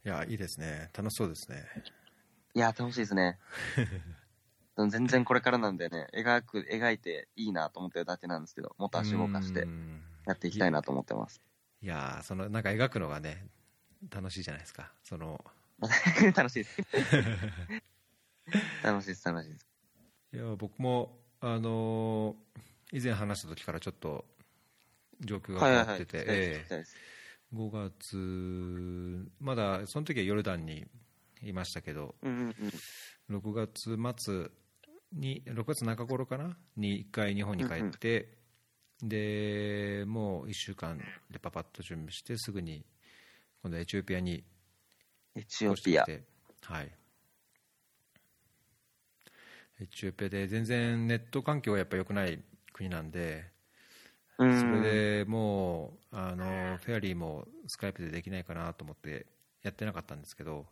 [SPEAKER 1] いや、いいですね、楽しそうですね。
[SPEAKER 2] いやー、楽しいですね。全然これからなんでね、描く、描いていいなと思ってるだけなんですけど、もっと足動かして
[SPEAKER 1] うん
[SPEAKER 2] やっていきたいなと思ってます。
[SPEAKER 1] いやーそのなんか描くのがね楽しいじゃないですかその
[SPEAKER 2] 楽しいです。 楽しいです、楽しいです。
[SPEAKER 1] いや僕も、あのー以前話した時からちょっと状況が
[SPEAKER 2] はい
[SPEAKER 1] 変
[SPEAKER 2] はい
[SPEAKER 1] わ
[SPEAKER 2] は
[SPEAKER 1] って
[SPEAKER 2] い。
[SPEAKER 1] て、
[SPEAKER 2] 聞きたいです
[SPEAKER 1] え
[SPEAKER 2] 聞き
[SPEAKER 1] え
[SPEAKER 2] たいです
[SPEAKER 1] 5月まだその時はヨルダンにいましたけど
[SPEAKER 2] うんうんうん。
[SPEAKER 1] 6月末に6月中頃かなに一回日本に帰って、でもう1週間でパパッと準備してすぐに今度はエチオピアに
[SPEAKER 2] エチオピア。
[SPEAKER 1] はいエチオピアで全然ネット環境がやっぱ良くない国なんで
[SPEAKER 2] う
[SPEAKER 1] そ
[SPEAKER 2] ん。
[SPEAKER 1] れでもうあのフェアリーもスカイプでできないかなと思ってやってなかったんですけど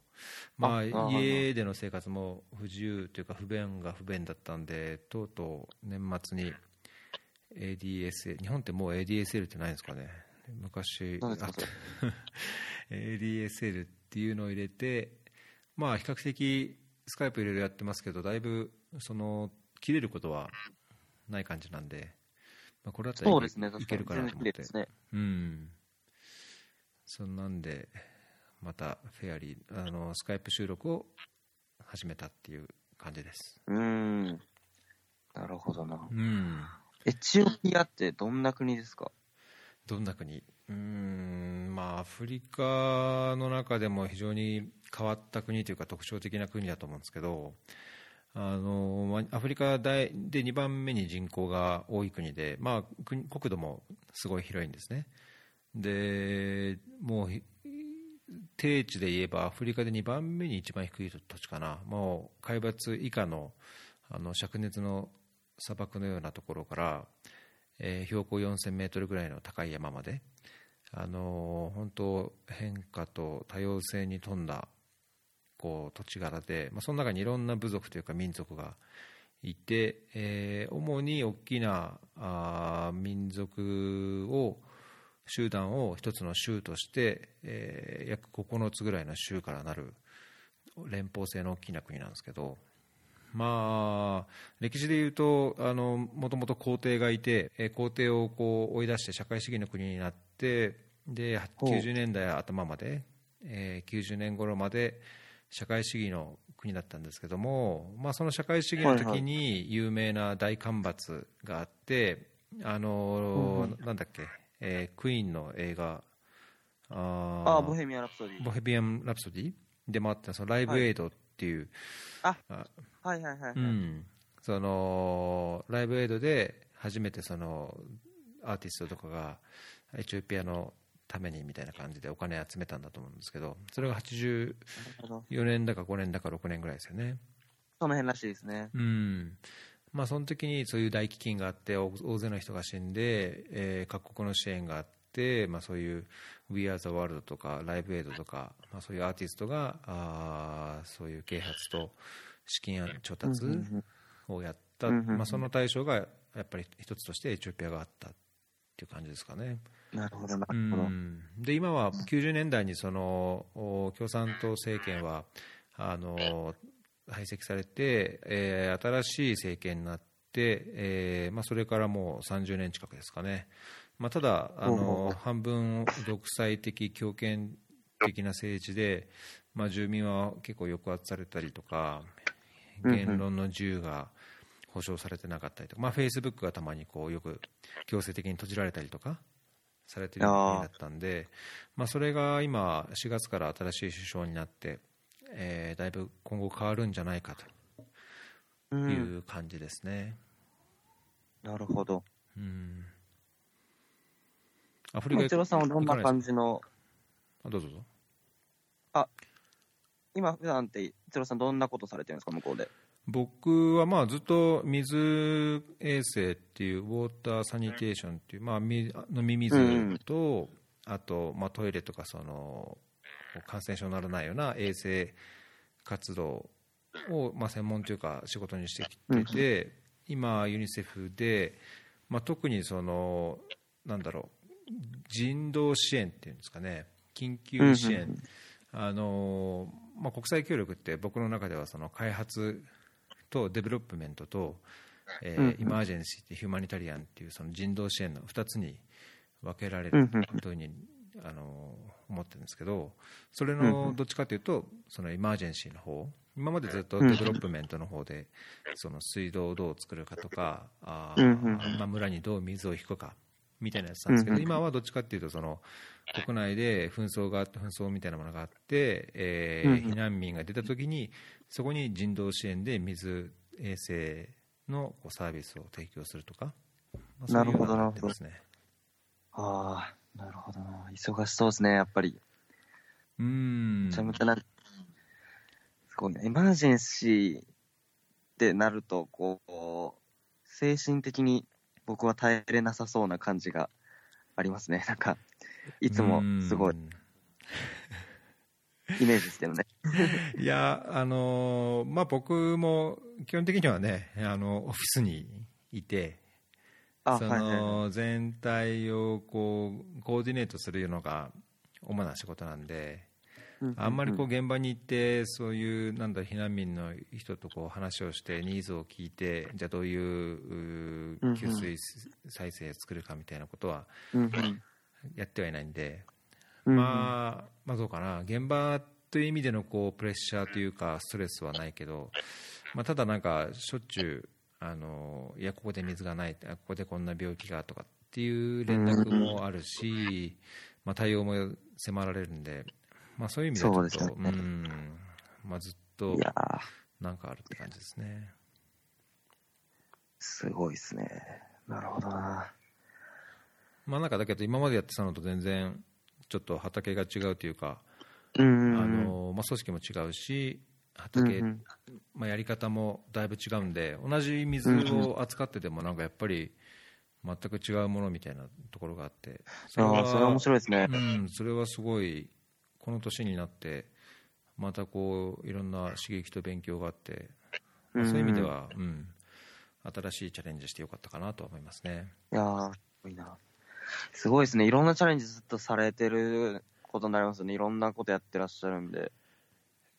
[SPEAKER 1] まあ
[SPEAKER 2] ああ
[SPEAKER 1] 家での生活も不自由というか不便が不便だったんでとうとう年末に ADSL 日本ってもう ADSL ってないんですかね昔
[SPEAKER 2] 何です
[SPEAKER 1] あ
[SPEAKER 2] か
[SPEAKER 1] っ
[SPEAKER 2] そ れ
[SPEAKER 1] ADSL っていうのを入れてまあ比較的スカイプいろいろやってますけどだいぶその切れることはない感じなんで、まあ、これだったら
[SPEAKER 2] そうで
[SPEAKER 1] い
[SPEAKER 2] すね、
[SPEAKER 1] いけるかなと思って
[SPEAKER 2] で、すね。
[SPEAKER 1] うんそんなんでまたフェアリーあのスカイプ収録を始めたっていう感じです
[SPEAKER 2] うーん。なるほどな。
[SPEAKER 1] うん
[SPEAKER 2] エチオピアってどんな国ですか
[SPEAKER 1] どんな国うーんまあアフリカの中でも非常に変わった国というか特徴的な国だと思うんですけどあのまあアフリカ大で2番目に人口が多い国で、まあ、国国土もすごい広いんですねでもうひ低地で言えばアフリカで2番目に一番低い土地かなもう海抜以下のあの灼熱の砂漠のようなところからえー標高4000メートルぐらいの高い山まで、あのー本当変化と多様性に富んだこう土地柄で、まあ、その中にいろんな部族というか民族がいて、えー主に大きなあー民族を集団を一つの州として、えー約9つぐらいの州からなる連邦制の大きな国なんですけど、まあ、歴史でいうともともと皇帝がいてえー皇帝をこう追い出して社会主義の国になってで
[SPEAKER 2] ほう
[SPEAKER 1] 90年代頭まで、えー90年頃まで社会主義の国だったんですけども、まあ、その社会主義の時に有名な大干ばつがあって、あのーなんだっけ、えークイーンの映画あー
[SPEAKER 2] ああ、ボヘミアン・ラプソディ。
[SPEAKER 1] ボヘビアン・ラプソディでもあったそのライブエイドっていう、
[SPEAKER 2] はい
[SPEAKER 1] あ
[SPEAKER 2] はいはいはいはい。
[SPEAKER 1] うん、そのライブエイドで初めてそのアーティストとかがエチオピアのためにみたいな感じでお金集めたんだと思うんですけどそれが84
[SPEAKER 2] なるほど
[SPEAKER 1] 年だか5年だか6年ぐらいですよね
[SPEAKER 2] その辺らしいですね。
[SPEAKER 1] うんまあ、その時にそういう大飢饉があって大大勢の人が死んで、えー各国の支援があって、まあ、そういう「We Are the World」とか「ライブエイドとか、まあ、そういうアーティストがあーそういう啓発と資金調達
[SPEAKER 2] うんうんうん
[SPEAKER 1] をやった、
[SPEAKER 2] うんうんうん
[SPEAKER 1] まあ、その対象がやっぱり一つとしてエチオピアがあったっていう感じですかね。
[SPEAKER 2] なるほど、な
[SPEAKER 1] う
[SPEAKER 2] るほど。
[SPEAKER 1] んで今は90年代にそのお共産党政権はあの排斥されて、えー新しい政権になって、えーまあ、それからもう30年近くですかね、まあ、ただあ
[SPEAKER 2] ほうほうほう
[SPEAKER 1] の半分独裁的強権的な政治で、まあ、住民は結構抑圧されたりとか
[SPEAKER 2] うんうん
[SPEAKER 1] 言論の自由が保障されてなかったりとか、まあ、フェイスブックがたまにこうよく強制的に閉じられたりとかされてる国だったんで、まあ、それが今、4月から新しい首相になって、えーだいぶ今後変わるんじゃないか
[SPEAKER 2] う
[SPEAKER 1] と
[SPEAKER 2] ん、
[SPEAKER 1] いう感じですね。
[SPEAKER 2] なるほど。
[SPEAKER 1] うんアフリカ
[SPEAKER 2] イチローさんはどんな感
[SPEAKER 1] じ
[SPEAKER 2] じの、
[SPEAKER 1] どうぞどうぞ
[SPEAKER 2] 今普段ってイチローさんどんなことされてるんですか、向こうで。
[SPEAKER 1] 僕はまあずっと水衛生っていうウォーターサニテーションっていう、まあ、み飲み水と、あと、まあ、トイレとかその感染症にならないような衛生活動を、まあ、専門というか仕事にしてきてて、今ユニセフで、まあ、特にそのなんだろう人道支援っていうんですかね緊急支援、
[SPEAKER 2] うんうん
[SPEAKER 1] あのまあ、国際協力って僕の中ではその開発とデベロップメントと、えー
[SPEAKER 2] うんうん
[SPEAKER 1] イマージェンシーってヒューマニタリアンっていうその人道支援の2つに分けられ
[SPEAKER 2] うん
[SPEAKER 1] る
[SPEAKER 2] うん
[SPEAKER 1] というふうに、あの思ってるんですけどそれ
[SPEAKER 2] うんう
[SPEAKER 1] の
[SPEAKER 2] ん
[SPEAKER 1] どっちかというとそのイマージェンシーの方今までずっとデベロップメントの方でその水道をどう作るかとかあー、
[SPEAKER 2] うんうん
[SPEAKER 1] まあ、村にどう水を引くかみたいなやつなんですけど、
[SPEAKER 2] うんうん
[SPEAKER 1] 今はどっちかっていうとその国内で紛争があって紛争みたいなものがあって、え
[SPEAKER 2] うん
[SPEAKER 1] ー
[SPEAKER 2] うん
[SPEAKER 1] 避難民が出た時にそこに人道支援で水衛生のこうサービスを提供するとか、まあ、
[SPEAKER 2] なるほ
[SPEAKER 1] そ
[SPEAKER 2] ど
[SPEAKER 1] ういうようにってますね
[SPEAKER 2] ああ、なるほどな。忙しそうですね、やっぱり。
[SPEAKER 1] うーん
[SPEAKER 2] めちゃめちゃなんか、すごいね。エマージェンシーってなると、こう、精神的に僕は耐えれなさそうな感じがありますね。 なんか、いつもすごい
[SPEAKER 1] うん
[SPEAKER 2] イメージしてるね。
[SPEAKER 1] いやあのーまあ僕も基本的にはねあのオフィスにいて
[SPEAKER 2] あ、
[SPEAKER 1] そ
[SPEAKER 2] はいはいはい。
[SPEAKER 1] の全体をこうコーディネートするのが主な仕事なんで、あんまりこう
[SPEAKER 2] う
[SPEAKER 1] 現場に行ってそういうなんだ避難民の人とこう話をしてニーズを聞いてじゃあどういうう
[SPEAKER 2] うんうん
[SPEAKER 1] 給水再生を作るかみたいなことは
[SPEAKER 2] んうん
[SPEAKER 1] やってはいないんで、
[SPEAKER 2] うん
[SPEAKER 1] まあ、まあどうかな現場という意味でのこうプレッシャーというかストレスはないけど、まあ、ただなんかしょっちゅうあのいやここで水がないあここでこんな病気がとかっていう連絡もあるし、まあ、対応も迫られるんで、まあ、そういう意味ではちょっと
[SPEAKER 2] そうですよね
[SPEAKER 1] ん、まあ、ずっと
[SPEAKER 2] いやー
[SPEAKER 1] なんかあるって感じですね。
[SPEAKER 2] すごいですねなるほどな
[SPEAKER 1] まあ、なんかだけど今までやってたのと全然ちょっと畑が違うというか、
[SPEAKER 2] うんうんうん
[SPEAKER 1] あのまあ、組織も違うし畑、
[SPEAKER 2] うんうん
[SPEAKER 1] まあ、やり方もだいぶ違うんで同じ水を扱っててもなんかやっぱり全く違うものみたいなところがあってそ
[SPEAKER 2] ああそれは面白いですね
[SPEAKER 1] うん、それはすごいこの年になってまたこういろんな刺激と勉強があって、まあそういう意味では、うん、新しいチャレンジしてよかったかなとは思いますね。
[SPEAKER 2] いやー、すごいな。すごいですね。いろんなチャレンジずっとされてることになりますよね。いろんなことやってらっしゃるんで。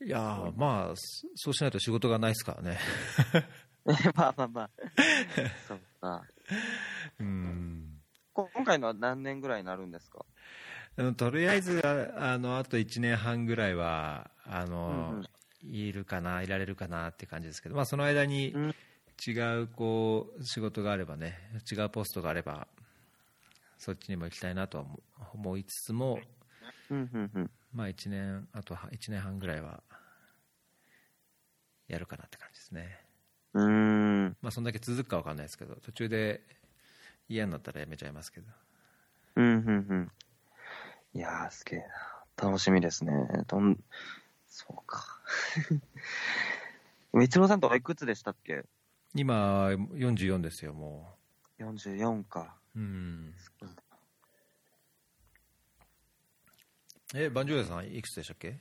[SPEAKER 1] いやーまあそそうしないと仕事がないですからね。
[SPEAKER 2] まあまあ まあ。そうか。
[SPEAKER 1] うん
[SPEAKER 2] こ今回のは何年ぐらいになるんですか
[SPEAKER 1] あのとりあえずああのあと1年半ぐらいはあの、
[SPEAKER 2] うんうん
[SPEAKER 1] いるかないられるかなって感じですけど、まあ、その間に
[SPEAKER 2] うん
[SPEAKER 1] 違うこう仕事があればね違うポストがあればそっちにも行きたいなとは思思いつつも、
[SPEAKER 2] うんうんうん。
[SPEAKER 1] まあ、1年あとは1年半ぐらいはやるかなって感じですね、
[SPEAKER 2] うーん。
[SPEAKER 1] まあ、そんだけ続くか分かんないですけど途中で嫌になったらやめちゃいますけど
[SPEAKER 2] うんうんうん。いやー、すげえな。楽しみですね。どん、そうか。 みつろさんとはいくつでしたっけ
[SPEAKER 1] 今44ですよも
[SPEAKER 2] ?44 か。
[SPEAKER 1] ううんえ、バンジョーヤさん、いくつでしたっけ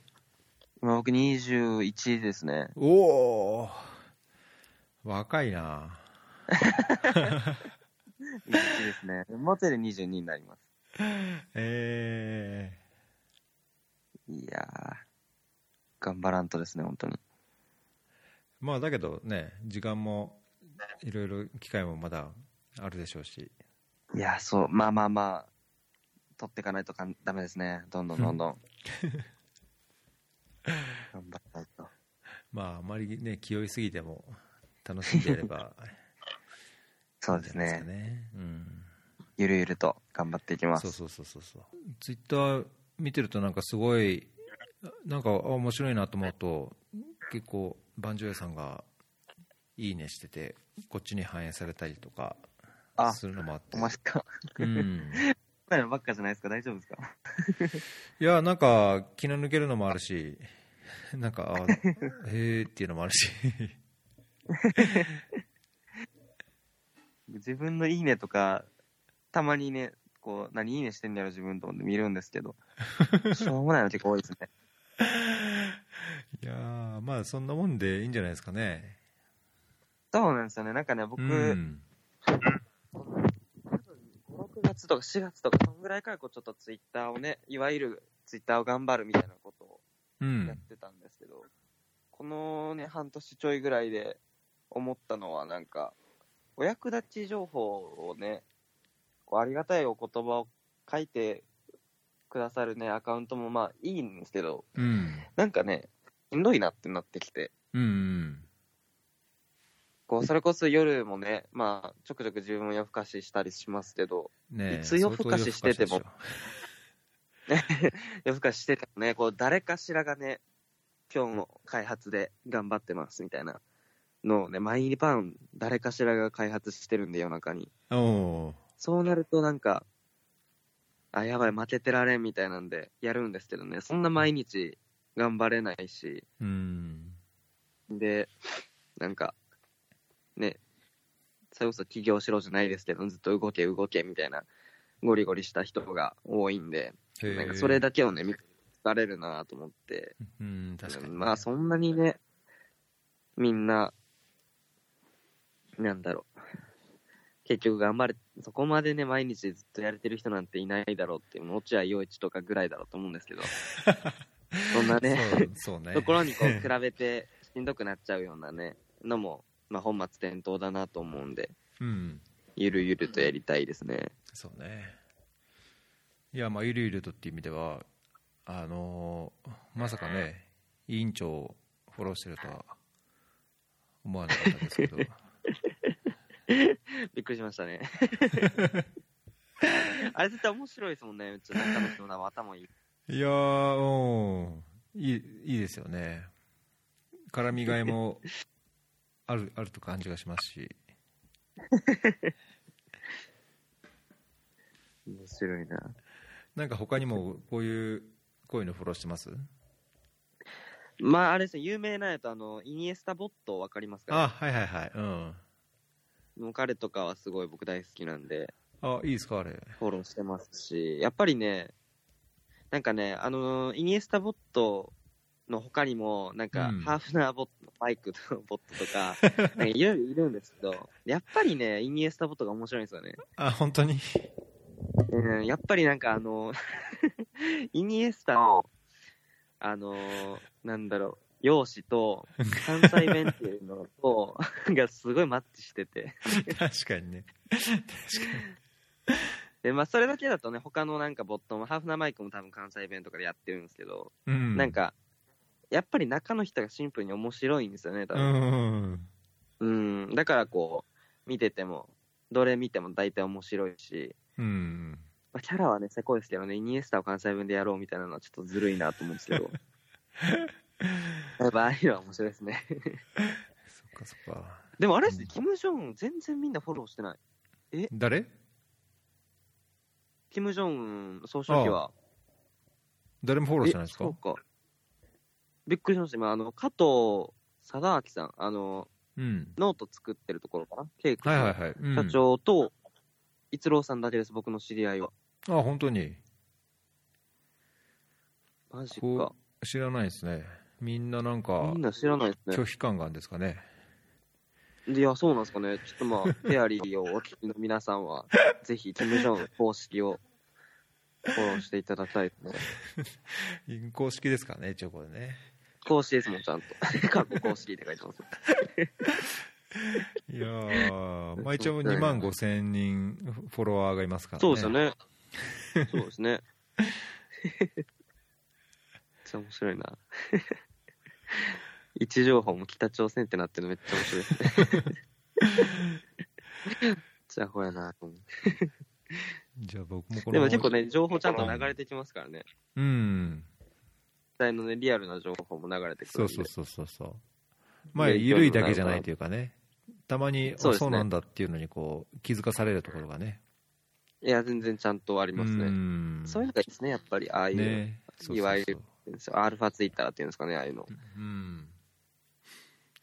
[SPEAKER 2] 今僕21ですね。
[SPEAKER 1] おお若いな。
[SPEAKER 2] 21ですね。もうちょいで22になります。
[SPEAKER 1] え
[SPEAKER 2] いやー、頑張らんとですね、本当に。
[SPEAKER 1] ー、まあだけどね、時間もいろいろ機会もまだあるでしょうし、
[SPEAKER 2] いやー、そう、まあまあまあ、取っていかないとかんダメですね、どんどんどんど ん。頑張らないと。
[SPEAKER 1] まああまりね、気負いすぎても楽しんでやれ ば
[SPEAKER 2] そうです
[SPEAKER 1] いいんじゃないです
[SPEAKER 2] ね
[SPEAKER 1] か。ね。うん。
[SPEAKER 2] ゆるゆると頑張っていきます。
[SPEAKER 1] そうそうそうそうそう。ツイッター見てるとなんかすごい、なんかあ面白いなと思うと、結構、バンジョーヤさんがいいねしてて、こっちに反映されたりとか
[SPEAKER 2] あ、
[SPEAKER 1] するのもあって
[SPEAKER 2] お。まか。
[SPEAKER 1] うん
[SPEAKER 2] 今のばっかじゃないですか、大丈夫ですか
[SPEAKER 1] いや、なんか気の抜けるのもあるし、 なんか、あへえっていうのもあるし、
[SPEAKER 2] 自分のいいねとか、たまにね、こう、何いいねしてんだろう自分と思って見るんですけ ど、しょうもないの結構多いですね。
[SPEAKER 1] いやーまあそんなもんでいいんじゃないですかね。
[SPEAKER 2] そうなんですよね、なんかね、僕、
[SPEAKER 1] うん、
[SPEAKER 2] 5、6月とか4月とか、そんぐらいからこうちょっとツイッターをね、いわゆるツイッターを頑張るみたいなことを
[SPEAKER 1] う
[SPEAKER 2] やっ
[SPEAKER 1] ん、
[SPEAKER 2] てたんですけど、このね、半年ちょいぐらいで思ったのは、なんか、お役立ち情報をね、こうありがたいお言葉を書いてくださるね、アカウントもまあいいんですけど、
[SPEAKER 1] うん、
[SPEAKER 2] なんかね、しんどいなってなってきて、
[SPEAKER 1] うん、
[SPEAKER 2] こうそれこそ夜もね、まあ、ちょくちょく自分も夜更かししたりしますけど、
[SPEAKER 1] ねえ
[SPEAKER 2] いつ夜更かししてて
[SPEAKER 1] 相
[SPEAKER 2] も
[SPEAKER 1] 当夜更かしでし
[SPEAKER 2] 夜更かししてたね、こう誰かしらがね、今日も開発で頑張ってますみたいなのをね、毎晩誰かしらが開発してるんで夜中に。
[SPEAKER 1] ょおー
[SPEAKER 2] そうなるとなんか、あ、やばい、負けてられんみたいなんでやるんですけどね、そんな毎日頑張れないし、
[SPEAKER 1] うん、
[SPEAKER 2] で、なんか、ね、それこそ起業しろじゃないですけど、ずっと動け動けみたいな、ゴリゴリした人が多いんで、
[SPEAKER 1] へー
[SPEAKER 2] なんかそれだけをね、見られるなと思って、
[SPEAKER 1] うん、確かに。
[SPEAKER 2] まあそんなにね、みんな、なんだろう。結局頑張れ、そこまでね、毎 日ずっとやれてる人なんていないだろうっていう、落合陽一とかぐらいだろうと思うんですけど、そんなね、
[SPEAKER 1] そうそうね
[SPEAKER 2] ところにこう比べてしんどくなっちゃうようなね、のも、まあ、本末転倒だなと思うんで、
[SPEAKER 1] うん
[SPEAKER 2] ゆるゆるとやりたいですね。
[SPEAKER 1] そうねいやまあゆるゆるとっていう意味ではあのーまさかね委員長をフォローしてるとは思わなかったです けど
[SPEAKER 2] びっくりしました ね。あれ絶対面白いですもんね、うちの中の人も頭いい。
[SPEAKER 1] いやーうんいいいいですよね絡みがいもあるあると感じがしますし
[SPEAKER 2] 面白いな。
[SPEAKER 1] なんか他にもこういうこういうのフォローしてます
[SPEAKER 2] まあ、あれですね、有名なやつ、あの、イニエスタボットわかりますか
[SPEAKER 1] あはいはいはいうん
[SPEAKER 2] もう彼とかはすごい僕大好きなんで、
[SPEAKER 1] あいいですかあれ
[SPEAKER 2] フォローしてますし、やっぱりね、なんかね、あの、イニエスタボットの他にも、なんか、
[SPEAKER 1] うん
[SPEAKER 2] ハーフナーボット、バイクのボット とか、なんかいろいろいるんですけど、やっぱりね、イニエスタボットが面白いんですよね。
[SPEAKER 1] あ本当に
[SPEAKER 2] うん、やっぱりなんかあの、 イニエスタの、あのーなんだろう、容姿と、関西弁っていうのと、 がすごいマッチしてて。
[SPEAKER 1] 確かにね
[SPEAKER 2] で、まあ、それだけだとね、他のなんかボットも、ハーフナーマイクも多分関西弁とかでやってるんですけど、
[SPEAKER 1] うん
[SPEAKER 2] なんか、やっぱり中の人がシンプルに面白いんですよね、多
[SPEAKER 1] う
[SPEAKER 2] 分。
[SPEAKER 1] ん
[SPEAKER 2] うん、だからこう、見てても、どれ見ても大体面白いし、
[SPEAKER 1] うん
[SPEAKER 2] まあ、キャラはね、せこいですけどね、イニエスタを関西弁でやろうみたいなのはちょっとずるいなと思うんです けど。やっぱああいうのは面白いですね。
[SPEAKER 1] そっかそっか
[SPEAKER 2] でもあれですね、キム・ジョンウン全然みんなフォローしてない。
[SPEAKER 1] 誰
[SPEAKER 2] キム・ジョンウン総書記は。
[SPEAKER 1] 誰もフォローしてないですか
[SPEAKER 2] えそうか。びっくりしました。今、あの、加藤貞明さん、あの、
[SPEAKER 1] うん
[SPEAKER 2] ノート作ってるところかな、ケイク
[SPEAKER 1] はいはいはい、うん
[SPEAKER 2] 社長と、逸郎さんだけです、僕の知り合いは。
[SPEAKER 1] あ本当に
[SPEAKER 2] マジか
[SPEAKER 1] こ。う知らないですねみんななんか
[SPEAKER 2] みんな知らないで
[SPEAKER 1] 拒
[SPEAKER 2] すね
[SPEAKER 1] 否感があるんですかね
[SPEAKER 2] で。いや、そうなんですかね。ちょっとまあ、フェアリーをお聞きの皆さ んは、ぜひ、キム・ジョンウン公式をフォローしていただきたいですね。
[SPEAKER 1] 公式ですからね一応これね
[SPEAKER 2] 公式ですもん、ちゃんと。 過去公式って書いてます。
[SPEAKER 1] いや ー、まあ、一応2万5千人フォロワーがいますからね
[SPEAKER 2] そうです よね。そうですね。めっちゃ面白いな。位置情報も北朝鮮ってなってるのめっちゃ面白いですね。じゃあほやなと思う
[SPEAKER 1] じゃあ僕もこの
[SPEAKER 2] でも結構ね、情報ちゃんと流れてきますからね。
[SPEAKER 1] うん
[SPEAKER 2] 実際のね、リアルな情報も流れてく
[SPEAKER 1] そ
[SPEAKER 2] るん
[SPEAKER 1] う
[SPEAKER 2] で。
[SPEAKER 1] そうそうそうそうまあ緩いだけじゃないというかねたまにあ
[SPEAKER 2] そう
[SPEAKER 1] そう,、
[SPEAKER 2] ですね
[SPEAKER 1] なんだっていうのにこう気づかされるところがね
[SPEAKER 2] いや、全然ちゃんとあります
[SPEAKER 1] う
[SPEAKER 2] ね。
[SPEAKER 1] ん
[SPEAKER 2] そういうのがいいですね、やっぱり。ああいう、
[SPEAKER 1] ねそうそうそう
[SPEAKER 2] いわゆるアルファツイッターっていうんですかね、ああいうの。
[SPEAKER 1] うん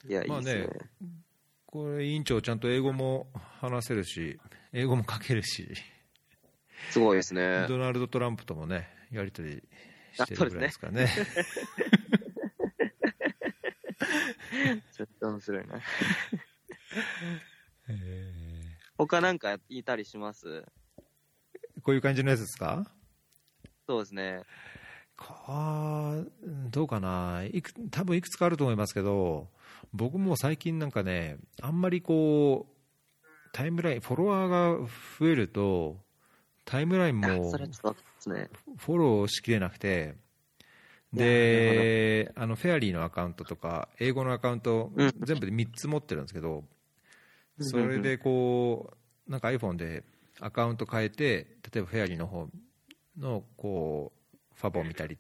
[SPEAKER 2] いや、いい
[SPEAKER 1] まあ
[SPEAKER 2] です
[SPEAKER 1] ね
[SPEAKER 2] ね。
[SPEAKER 1] これ委員長ちゃんと英語も話せるし英語も書けるし
[SPEAKER 2] すごいですね。
[SPEAKER 1] ドナルド・トランプともねやり取りしてるぐらいですからね
[SPEAKER 2] ちょっと面白いな。
[SPEAKER 1] え
[SPEAKER 2] 他なんかいたりします
[SPEAKER 1] ー こういう感じのやつですか
[SPEAKER 2] そうですね。
[SPEAKER 1] かどうかないく多分いくつかあると思いますけど僕も最近なんかねあんまりこうタイムラインフォロワーが増えるとタイムライン
[SPEAKER 2] あ
[SPEAKER 1] も
[SPEAKER 2] それはちょっとですね。
[SPEAKER 1] フォローしきれなくてであのフェアリーのアカウントとか英語のアカウント
[SPEAKER 2] うん
[SPEAKER 1] 全部で3つ持ってるんですけどそれでこうなんか iPhone でアカウント変えて例えばフェアリーの方のこうファボを見たり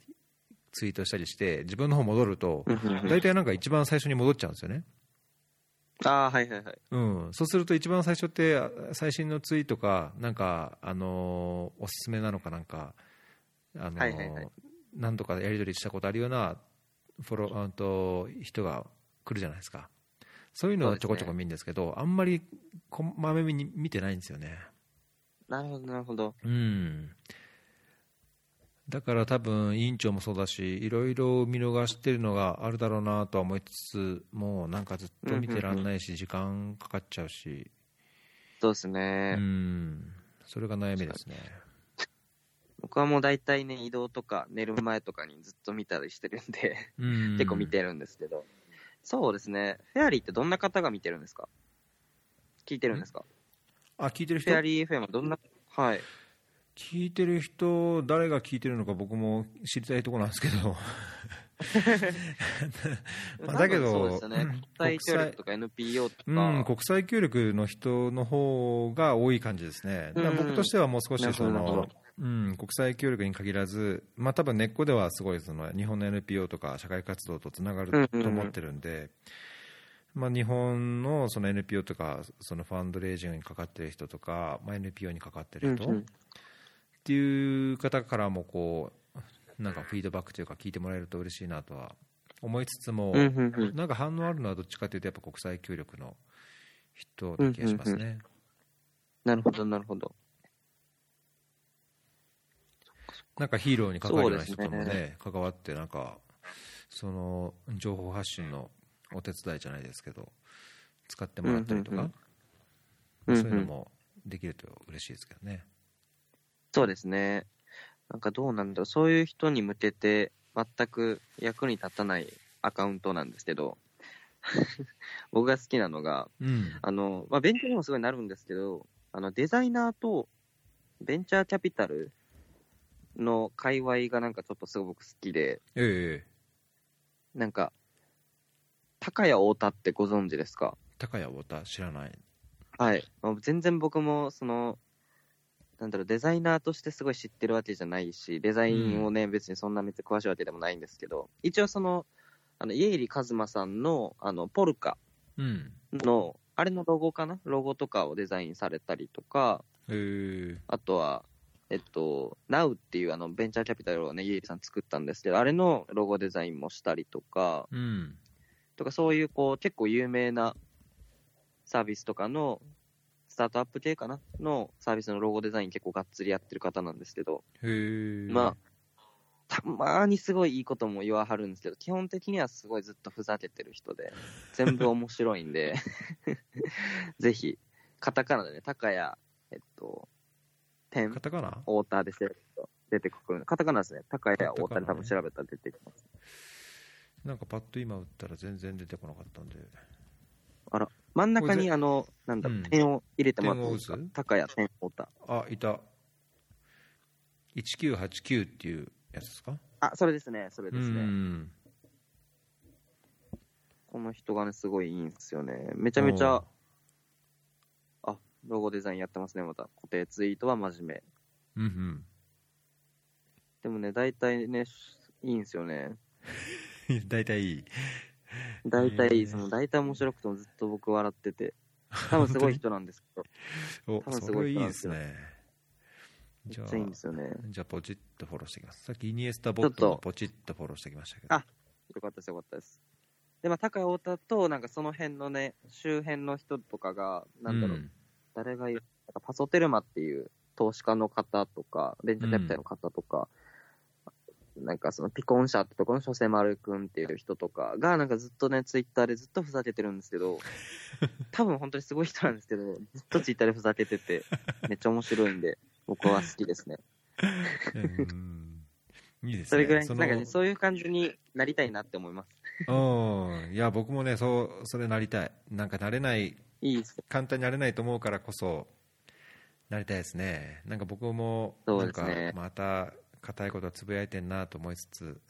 [SPEAKER 1] ツイートしたりして自分の方戻ると
[SPEAKER 2] うんうんうん。
[SPEAKER 1] 大体なんか一番最初に戻っちゃうんですよね、
[SPEAKER 2] ああー、はいはいはい。
[SPEAKER 1] うん、そうすると一番最初ってあ最新のツイートかなんか、あのーおすすめなのかなんか、あのー
[SPEAKER 2] はいはいはい
[SPEAKER 1] 何度かやり取りしたことあるようなフォローあんと人が来るじゃないですかそういうのはちょこちょこ見るんですけどあんまりこまめに見てないんですよね
[SPEAKER 2] なるほど、なるほど。
[SPEAKER 1] うんだから多分委員長もそうだしいろいろ見逃してるのがあるだろうなとは思いつつもうなんかずっと見てらんないし時間かかっちゃうし
[SPEAKER 2] そうです
[SPEAKER 1] う
[SPEAKER 2] ね。
[SPEAKER 1] ん、それが悩みですね。
[SPEAKER 2] 僕はもう大体ね、移動とか寝る前とかにずっと見たりしてるんで、結構見てるんですけど、そうですね、フェアリーってどんな方が見てるんですか聞いてるんですか
[SPEAKER 1] あ聞いてる
[SPEAKER 2] フ
[SPEAKER 1] 人
[SPEAKER 2] ェアリー FM はどんな、はい。
[SPEAKER 1] 聞いてる人誰が聞いてるのか僕も知りたいところなんですけどまあだけど
[SPEAKER 2] 多分そうですよね、国際協力とか NPO とか、
[SPEAKER 1] うん国際協力の人の方が多い感じですねだから僕としてはもう少しそ
[SPEAKER 2] なるほどな
[SPEAKER 1] の
[SPEAKER 2] るほ
[SPEAKER 1] うん、国際協力に限らず、まあ多分根っこではすごいその日本の NPO とか社会活動とつながると思ってるんで、まあ、日本のその NPO とかそのファンドレイジングにかかってる人とか、まあ、NPO にかかってる人、
[SPEAKER 2] うんうん
[SPEAKER 1] っていう方からもこうなんかフィードバックというか聞いてもらえると嬉しいなとは思いつつも、
[SPEAKER 2] うんうんうん
[SPEAKER 1] なんか反応あるのはどっちかというとやっぱ国際協力の人な気がしますね、
[SPEAKER 2] なるほど、なるほど。
[SPEAKER 1] なんかヒーローに関わるような
[SPEAKER 2] そう
[SPEAKER 1] 人
[SPEAKER 2] ですね
[SPEAKER 1] ともね関わってなんかその情報発信のお手伝いじゃないですけど使ってもらったりとか、
[SPEAKER 2] うんうんうん
[SPEAKER 1] まあ
[SPEAKER 2] うん
[SPEAKER 1] そううんいうのもできると嬉しいですけどね、
[SPEAKER 2] そうですね。なんかどうなんだろう、そういう人に向けて、全く役に立たないアカウントなんですけど、 僕が好きなのが、
[SPEAKER 1] うん、
[SPEAKER 2] あの、まあ、勉強にもすごいなるんですけど、あの、デザイナーとベンチャーキャピタルの界隈がなんかちょっとすごく好きで、
[SPEAKER 1] ええ
[SPEAKER 2] なんか、高谷太田ってご存知ですか
[SPEAKER 1] 高谷太田知らない
[SPEAKER 2] はい。まあ全然僕も、その、なんだろう、デザイナーとしてすごい知ってるわけじゃないし、デザインをね、別にそんなめっちゃ詳しいわけでもないんですけど、一応その、あの、家入一馬さんの、あの、ポルカ
[SPEAKER 1] うん
[SPEAKER 2] の、あれのロゴかなロゴとかをデザインされたりとか、
[SPEAKER 1] ええ
[SPEAKER 2] あとは、えっと、NOW っていうあのベンチャーキャピタルをね、家入さん作ったんですけど、あれのロゴデザインもしたりとか、
[SPEAKER 1] うん
[SPEAKER 2] とかそういうこう結構有名なサービスとかのスタートアップ系かなのサービスのロゴデザイン結構がっつりやってる方なんですけど、
[SPEAKER 1] へえ
[SPEAKER 2] まあたまーにすごいいいことも言わはるんですけど基本的にはすごいずっとふざけてる人で全部面白いんで ぜひカタカナでね高谷えっと点
[SPEAKER 1] カタカナ
[SPEAKER 2] 太田でると出てくるカタカナですね高谷太田で多分調べたら出てきます
[SPEAKER 1] なんかパッと今打ったら全然出てこなかったんで
[SPEAKER 2] 真ん
[SPEAKER 1] こ
[SPEAKER 2] 中
[SPEAKER 1] れ
[SPEAKER 2] に
[SPEAKER 1] ぜ
[SPEAKER 2] あのなんだろう、
[SPEAKER 1] うん
[SPEAKER 2] 点を入れてもらっていいですか
[SPEAKER 1] 点を打つ
[SPEAKER 2] 高谷点太田
[SPEAKER 1] あいた1989っていうやつですか
[SPEAKER 2] あ、それですね、それですね。
[SPEAKER 1] ん
[SPEAKER 2] この人がね、すごいいいんですよね。めちゃめちゃ、あ、ロゴデザインやってますね、また。固定ツイートは真面目。
[SPEAKER 1] うんうん
[SPEAKER 2] でもね、大体ね、いいんですよね。
[SPEAKER 1] いや 大体いい
[SPEAKER 2] 大
[SPEAKER 1] へ
[SPEAKER 2] 体、
[SPEAKER 1] ー
[SPEAKER 2] その、大体面白くてもずっと僕笑ってて。多分すごい人なんですけど、
[SPEAKER 1] お
[SPEAKER 2] 多分
[SPEAKER 1] そ
[SPEAKER 2] すご
[SPEAKER 1] れ
[SPEAKER 2] い
[SPEAKER 1] い
[SPEAKER 2] 人
[SPEAKER 1] いで
[SPEAKER 2] なんです
[SPEAKER 1] す
[SPEAKER 2] よ
[SPEAKER 1] ね じ
[SPEAKER 2] め
[SPEAKER 1] ゃあ
[SPEAKER 2] っちゃいいんですよね。
[SPEAKER 1] じゃあポチッとフォローしてきますさっきイニエスタボッ
[SPEAKER 2] ちょ
[SPEAKER 1] ト
[SPEAKER 2] っ
[SPEAKER 1] も
[SPEAKER 2] と
[SPEAKER 1] ポチッとフォローしてきましたけど
[SPEAKER 2] あよかったです、よかったです。で、まあ、高谷太田と、なんかその辺のね、周辺の人とかが、なんだろう、
[SPEAKER 1] ん
[SPEAKER 2] 誰が言うなんかパソテルマっていう投資家の方とか、ベンチャーキャピタルの方とか、なんかそのピコン社ってところの諸星丸くんっていう人とかが、なんかずっとね、ツイッターでずっとふざけてるんですけ ど、多分本当にすごい人なんですけど、ずっとツイッターでふざけてて、めっちゃ面白いんで、僕は好きですね。
[SPEAKER 1] うんいいですね
[SPEAKER 2] それぐらい、
[SPEAKER 1] その
[SPEAKER 2] なんかね、そういう感じになりたいなって思います。
[SPEAKER 1] うんいや僕もねそうそれなりたいなんかなれない
[SPEAKER 2] いいですね。
[SPEAKER 1] 簡単になれないと思うからこそなりたいですねなんか僕も
[SPEAKER 2] そ
[SPEAKER 1] な
[SPEAKER 2] うんです
[SPEAKER 1] か
[SPEAKER 2] ね
[SPEAKER 1] また硬いことはつぶやいてんなと思いつつ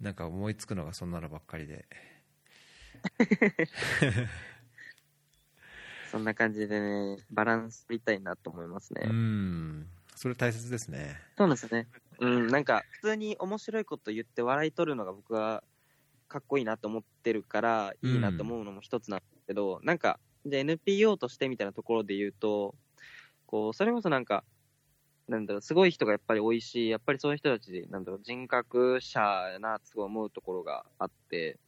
[SPEAKER 1] なんか思いつくのがそんなのばっかりで
[SPEAKER 2] そんな感じでね、バランス取りたいなと思いますね。
[SPEAKER 1] うんそれ大切ですね
[SPEAKER 2] そうなんですよね。うん、なんか、普通に面白いこと言って笑い取るのが僕はかっこいいなと思ってるから、いいなと思うのも一つなんですけど、なんか、で、NPO としてみたいなところで言うと、こう、それこそなんか、なんだろう、すごい人がやっぱり多いし、やっぱりそういう人たち、なんだろう、人格者やな、すごい思うところがあって、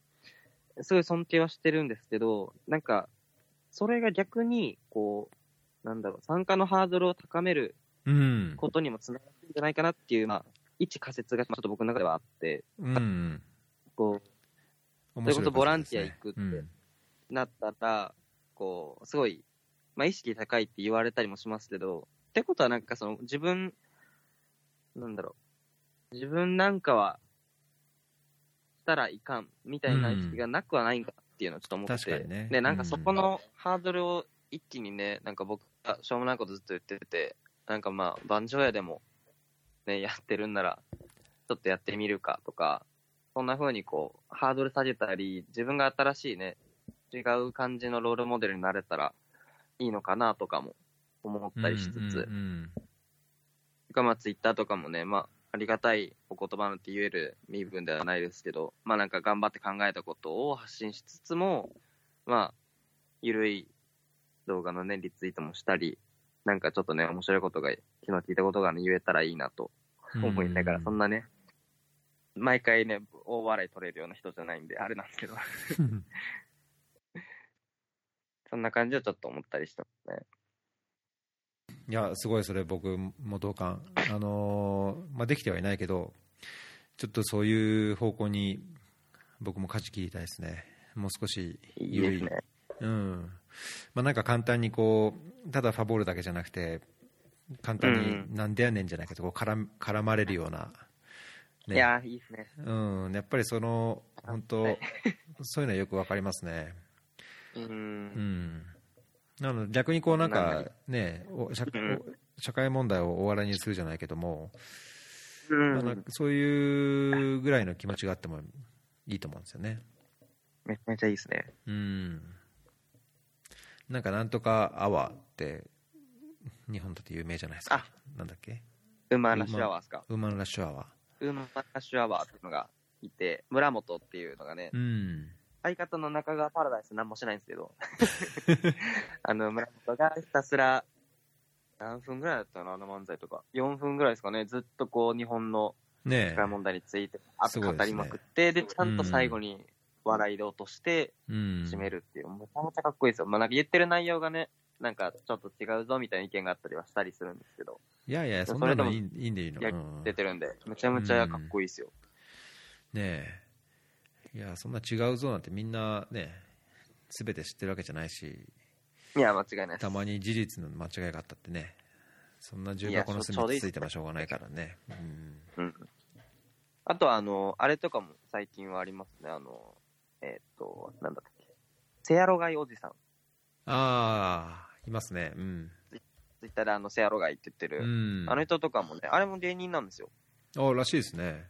[SPEAKER 2] すごい尊敬はしてるんですけど、なんか、それが逆に、こう、なんだろう、参加のハードルを高める
[SPEAKER 1] うん
[SPEAKER 2] ことにもつながってるんじゃないかなっていう、まあ、一仮説がちょっと僕の中ではあって、
[SPEAKER 1] うん
[SPEAKER 2] こ
[SPEAKER 1] 面白い
[SPEAKER 2] それこそボランティア行くって
[SPEAKER 1] うん
[SPEAKER 2] う、なったら、こう、すごい、まあ、意識高いって言われたりもしますけど、ってことはなんかその、自分なんだろう、自分なんかは、したらいかん、みたいな意識がなくはないんかっていうのをちょっと思って
[SPEAKER 1] 確
[SPEAKER 2] て、
[SPEAKER 1] かにね
[SPEAKER 2] で、なんかそこ
[SPEAKER 1] うん
[SPEAKER 2] のハードルを一気にね、なんか僕がしょうもないことずっと言ってて、なんかまあ、盤上やでも、ね、やってるんなら、ちょっとやってみるかとか、そんな風にこう、ハードル下げたり、自分が新しいね、違う感じのロールモデルになれたらいいのかなとかも思ったりしつつ、
[SPEAKER 1] うんうん
[SPEAKER 2] てかまあツイッターとかもね、まあ、ありがたいお言葉なんて言える身分ではないですけど、まあなんか頑張って考えたことを発信しつつも、まあ、ゆるい動画のね、リツイートもしたり、なんかちょっとね、面白いことが、昨日聞いたことがね、言えたらいいなと
[SPEAKER 1] うん
[SPEAKER 2] 思いながら、そん
[SPEAKER 1] な
[SPEAKER 2] なね、毎回ね、大笑い取れるような人じゃないんで、あれなんですけど、そんな感じをちょっと思ったりしたね。
[SPEAKER 1] いやすごいそれ僕も同感あのーまあできてはいないけどちょっとそういう方向に僕も舵切りたいですねもう少し
[SPEAKER 2] いいですね。
[SPEAKER 1] うんまあ、なんか簡単にこうただファボールだけじゃなくて簡単
[SPEAKER 2] う
[SPEAKER 1] になんでやねんじゃないけどこう絡む絡まれるような、ね
[SPEAKER 2] いやー、いいですね。
[SPEAKER 1] うん、やっぱりその本当、
[SPEAKER 2] はい
[SPEAKER 1] そういうのはよくわかりますね、
[SPEAKER 2] う。
[SPEAKER 1] うんん、なので逆にこうなん
[SPEAKER 2] な
[SPEAKER 1] か
[SPEAKER 2] んか、
[SPEAKER 1] ね、お社
[SPEAKER 2] うん
[SPEAKER 1] お社会問題をお笑いにするじゃないけども、
[SPEAKER 2] う
[SPEAKER 1] まあなんか。
[SPEAKER 2] ん
[SPEAKER 1] そういうぐらいの気持ちがあってもいいと思うんですよね。
[SPEAKER 2] めちゃめちゃいいですね。
[SPEAKER 1] うんなんかなんとかアワーって日本だと有名じゃないですかなんだっけ
[SPEAKER 2] 馬ラッシュアワーですか。
[SPEAKER 1] ウーマンラッシュアワ
[SPEAKER 2] ウーマンラッシュアワーっていうのがいて、村本っていうのがね
[SPEAKER 1] ー、うん
[SPEAKER 2] 相方の中川パラダイスなんもしないんです けど、あの、村本がひたすら、何分ぐらいだったのあの漫才とか。4分ぐらいですかね。ずっとこう、日本の
[SPEAKER 1] ね
[SPEAKER 2] 社
[SPEAKER 1] え
[SPEAKER 2] 会問題について、あ
[SPEAKER 1] す
[SPEAKER 2] と
[SPEAKER 1] ご
[SPEAKER 2] 語
[SPEAKER 1] いですね
[SPEAKER 2] りまくって、で、ちゃんと最後に笑いで落として、
[SPEAKER 1] うん
[SPEAKER 2] 締めるっていう、めちゃめちゃかっこいいですよ。まあ、なんか言ってる内容がね、なんかちょっと違うぞみたいな意見があったりはしたりするんですけど、
[SPEAKER 1] いやいやそんなのいいいいんでいいの、
[SPEAKER 2] や
[SPEAKER 1] うん、
[SPEAKER 2] 出
[SPEAKER 1] ね
[SPEAKER 2] てるんで、めちゃめちゃかっこいいですよ。
[SPEAKER 1] えいやそんな違うぞなんてみんなね全て知ってるわけじゃないし
[SPEAKER 2] いや、間違いないです。
[SPEAKER 1] たまに事実の間違いがあったってねそんな重箱の隅についてもしょうがないからねうん
[SPEAKER 2] うん。あとは、あの、あれとかも最近はありますね。あの、えーっ、と、なんだったっけ。セアロガイおじさん。
[SPEAKER 1] ああいますねうん
[SPEAKER 2] ツイッターであの、セアロガイって言って
[SPEAKER 1] う
[SPEAKER 2] る。
[SPEAKER 1] ん
[SPEAKER 2] あの人とかもね、あれも芸人なんですよ。
[SPEAKER 1] あらしいですね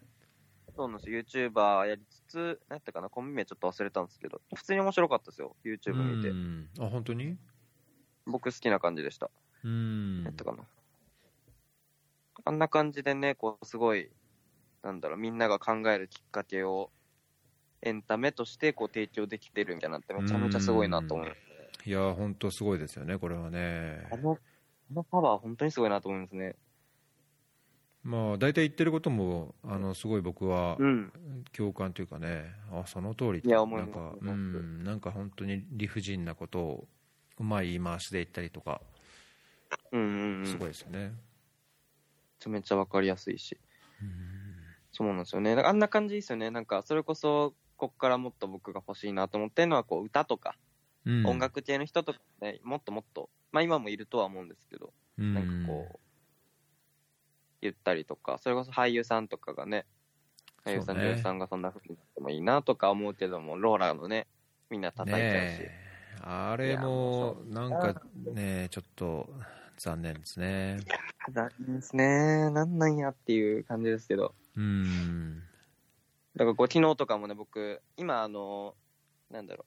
[SPEAKER 2] そうなんですよ。YouTuber やりつつ、なんていうかな、コンビ名ちょっと忘れたんですけど、普通に面白かったですよ。YouTube 見て。
[SPEAKER 1] うんあ本当に
[SPEAKER 2] 僕好きな感じでした。
[SPEAKER 1] うん
[SPEAKER 2] やったかな。あんな感じでね、こう、すごい、なんだろう、みんなが考えるきっかけを、エンタメとしてこう提供できてるみたいなってめちゃめちゃすごいなと思います
[SPEAKER 1] いや本当すごいですよねこれはね
[SPEAKER 2] あの、あのパワー本当にすごいなと思いますね。
[SPEAKER 1] まあ大体言ってることもあのすごい僕は
[SPEAKER 2] ん。
[SPEAKER 1] 共感というかねあその通り
[SPEAKER 2] いや思い
[SPEAKER 1] な
[SPEAKER 2] ま
[SPEAKER 1] んか
[SPEAKER 2] す思いうます
[SPEAKER 1] んなんか本当に理不尽なことをうまい言い回しで言ったりとか
[SPEAKER 2] うんうんうん。
[SPEAKER 1] すごい
[SPEAKER 2] め
[SPEAKER 1] ですよね
[SPEAKER 2] ちゃめちゃわかりやすいし。
[SPEAKER 1] うん
[SPEAKER 2] そうなんですよね。なんかあんな感じですよね。なんか、それこそ、こっからもっと僕が欲しいなと思ってるのは、こう、歌とか、
[SPEAKER 1] うん
[SPEAKER 2] 音楽系の人とかね、もっともっと、まあ今もいるとは思うんですけど、なんかこう、言ったりとか、それこそ俳優さんとかがね、俳優さん、
[SPEAKER 1] そうね
[SPEAKER 2] 女優さんがそんな風になってもいいなとか思うけども、ローラのね、みんな叩いちゃうし。
[SPEAKER 1] ねえあれもなんかねちょっと残念ですね
[SPEAKER 2] 残念ですね。なんなんやっていう感じですけど。
[SPEAKER 1] うん
[SPEAKER 2] だからこう昨日とかもね、僕、今、あの、なんだろ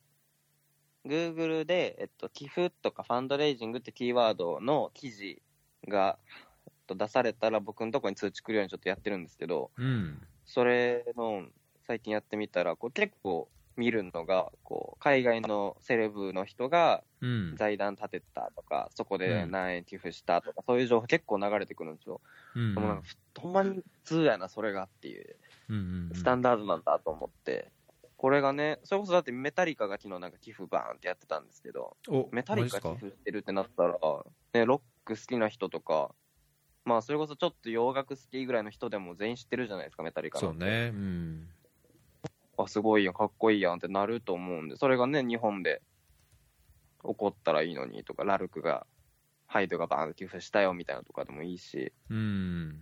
[SPEAKER 2] う、Google で、えっと、寄付とかファンドレイジングってキーワードの記事が、えっと、出されたら、僕のとこに通知来るようにちょっとやってるんですけど、
[SPEAKER 1] うん
[SPEAKER 2] それの、最近やってみたら、こう結構見るのが、こう、海外のセレブの人が
[SPEAKER 1] うん
[SPEAKER 2] 財団立てたとか、そこ
[SPEAKER 1] う
[SPEAKER 2] で
[SPEAKER 1] ん
[SPEAKER 2] 何円寄付したとか、そういう情報結構流れてくるんですよ。
[SPEAKER 1] うん
[SPEAKER 2] でもなんか、ほんまに普通やな、それがっていう、
[SPEAKER 1] うんうん
[SPEAKER 2] スタンダードなんだと思って、これがね、それこそだってメタリカが昨日なんか寄付バーンってやってたんですけど、
[SPEAKER 1] お
[SPEAKER 2] メタリカ
[SPEAKER 1] マ
[SPEAKER 2] 寄
[SPEAKER 1] ジっすか
[SPEAKER 2] 付してるってなったら、ね、ロック好きな人とか、まあそれこそちょっと洋楽好きぐらいの人でも全員知ってるじゃないですか、メタリカ
[SPEAKER 1] そ
[SPEAKER 2] の
[SPEAKER 1] う。ねうん
[SPEAKER 2] あ、すごいやん、かっこいいやんってなると思うんで、それがね、日本で起こったらいいのにとか、ラルクが、ハイドがバーンって寄付したよみたいなのとかでもいいし、
[SPEAKER 1] うん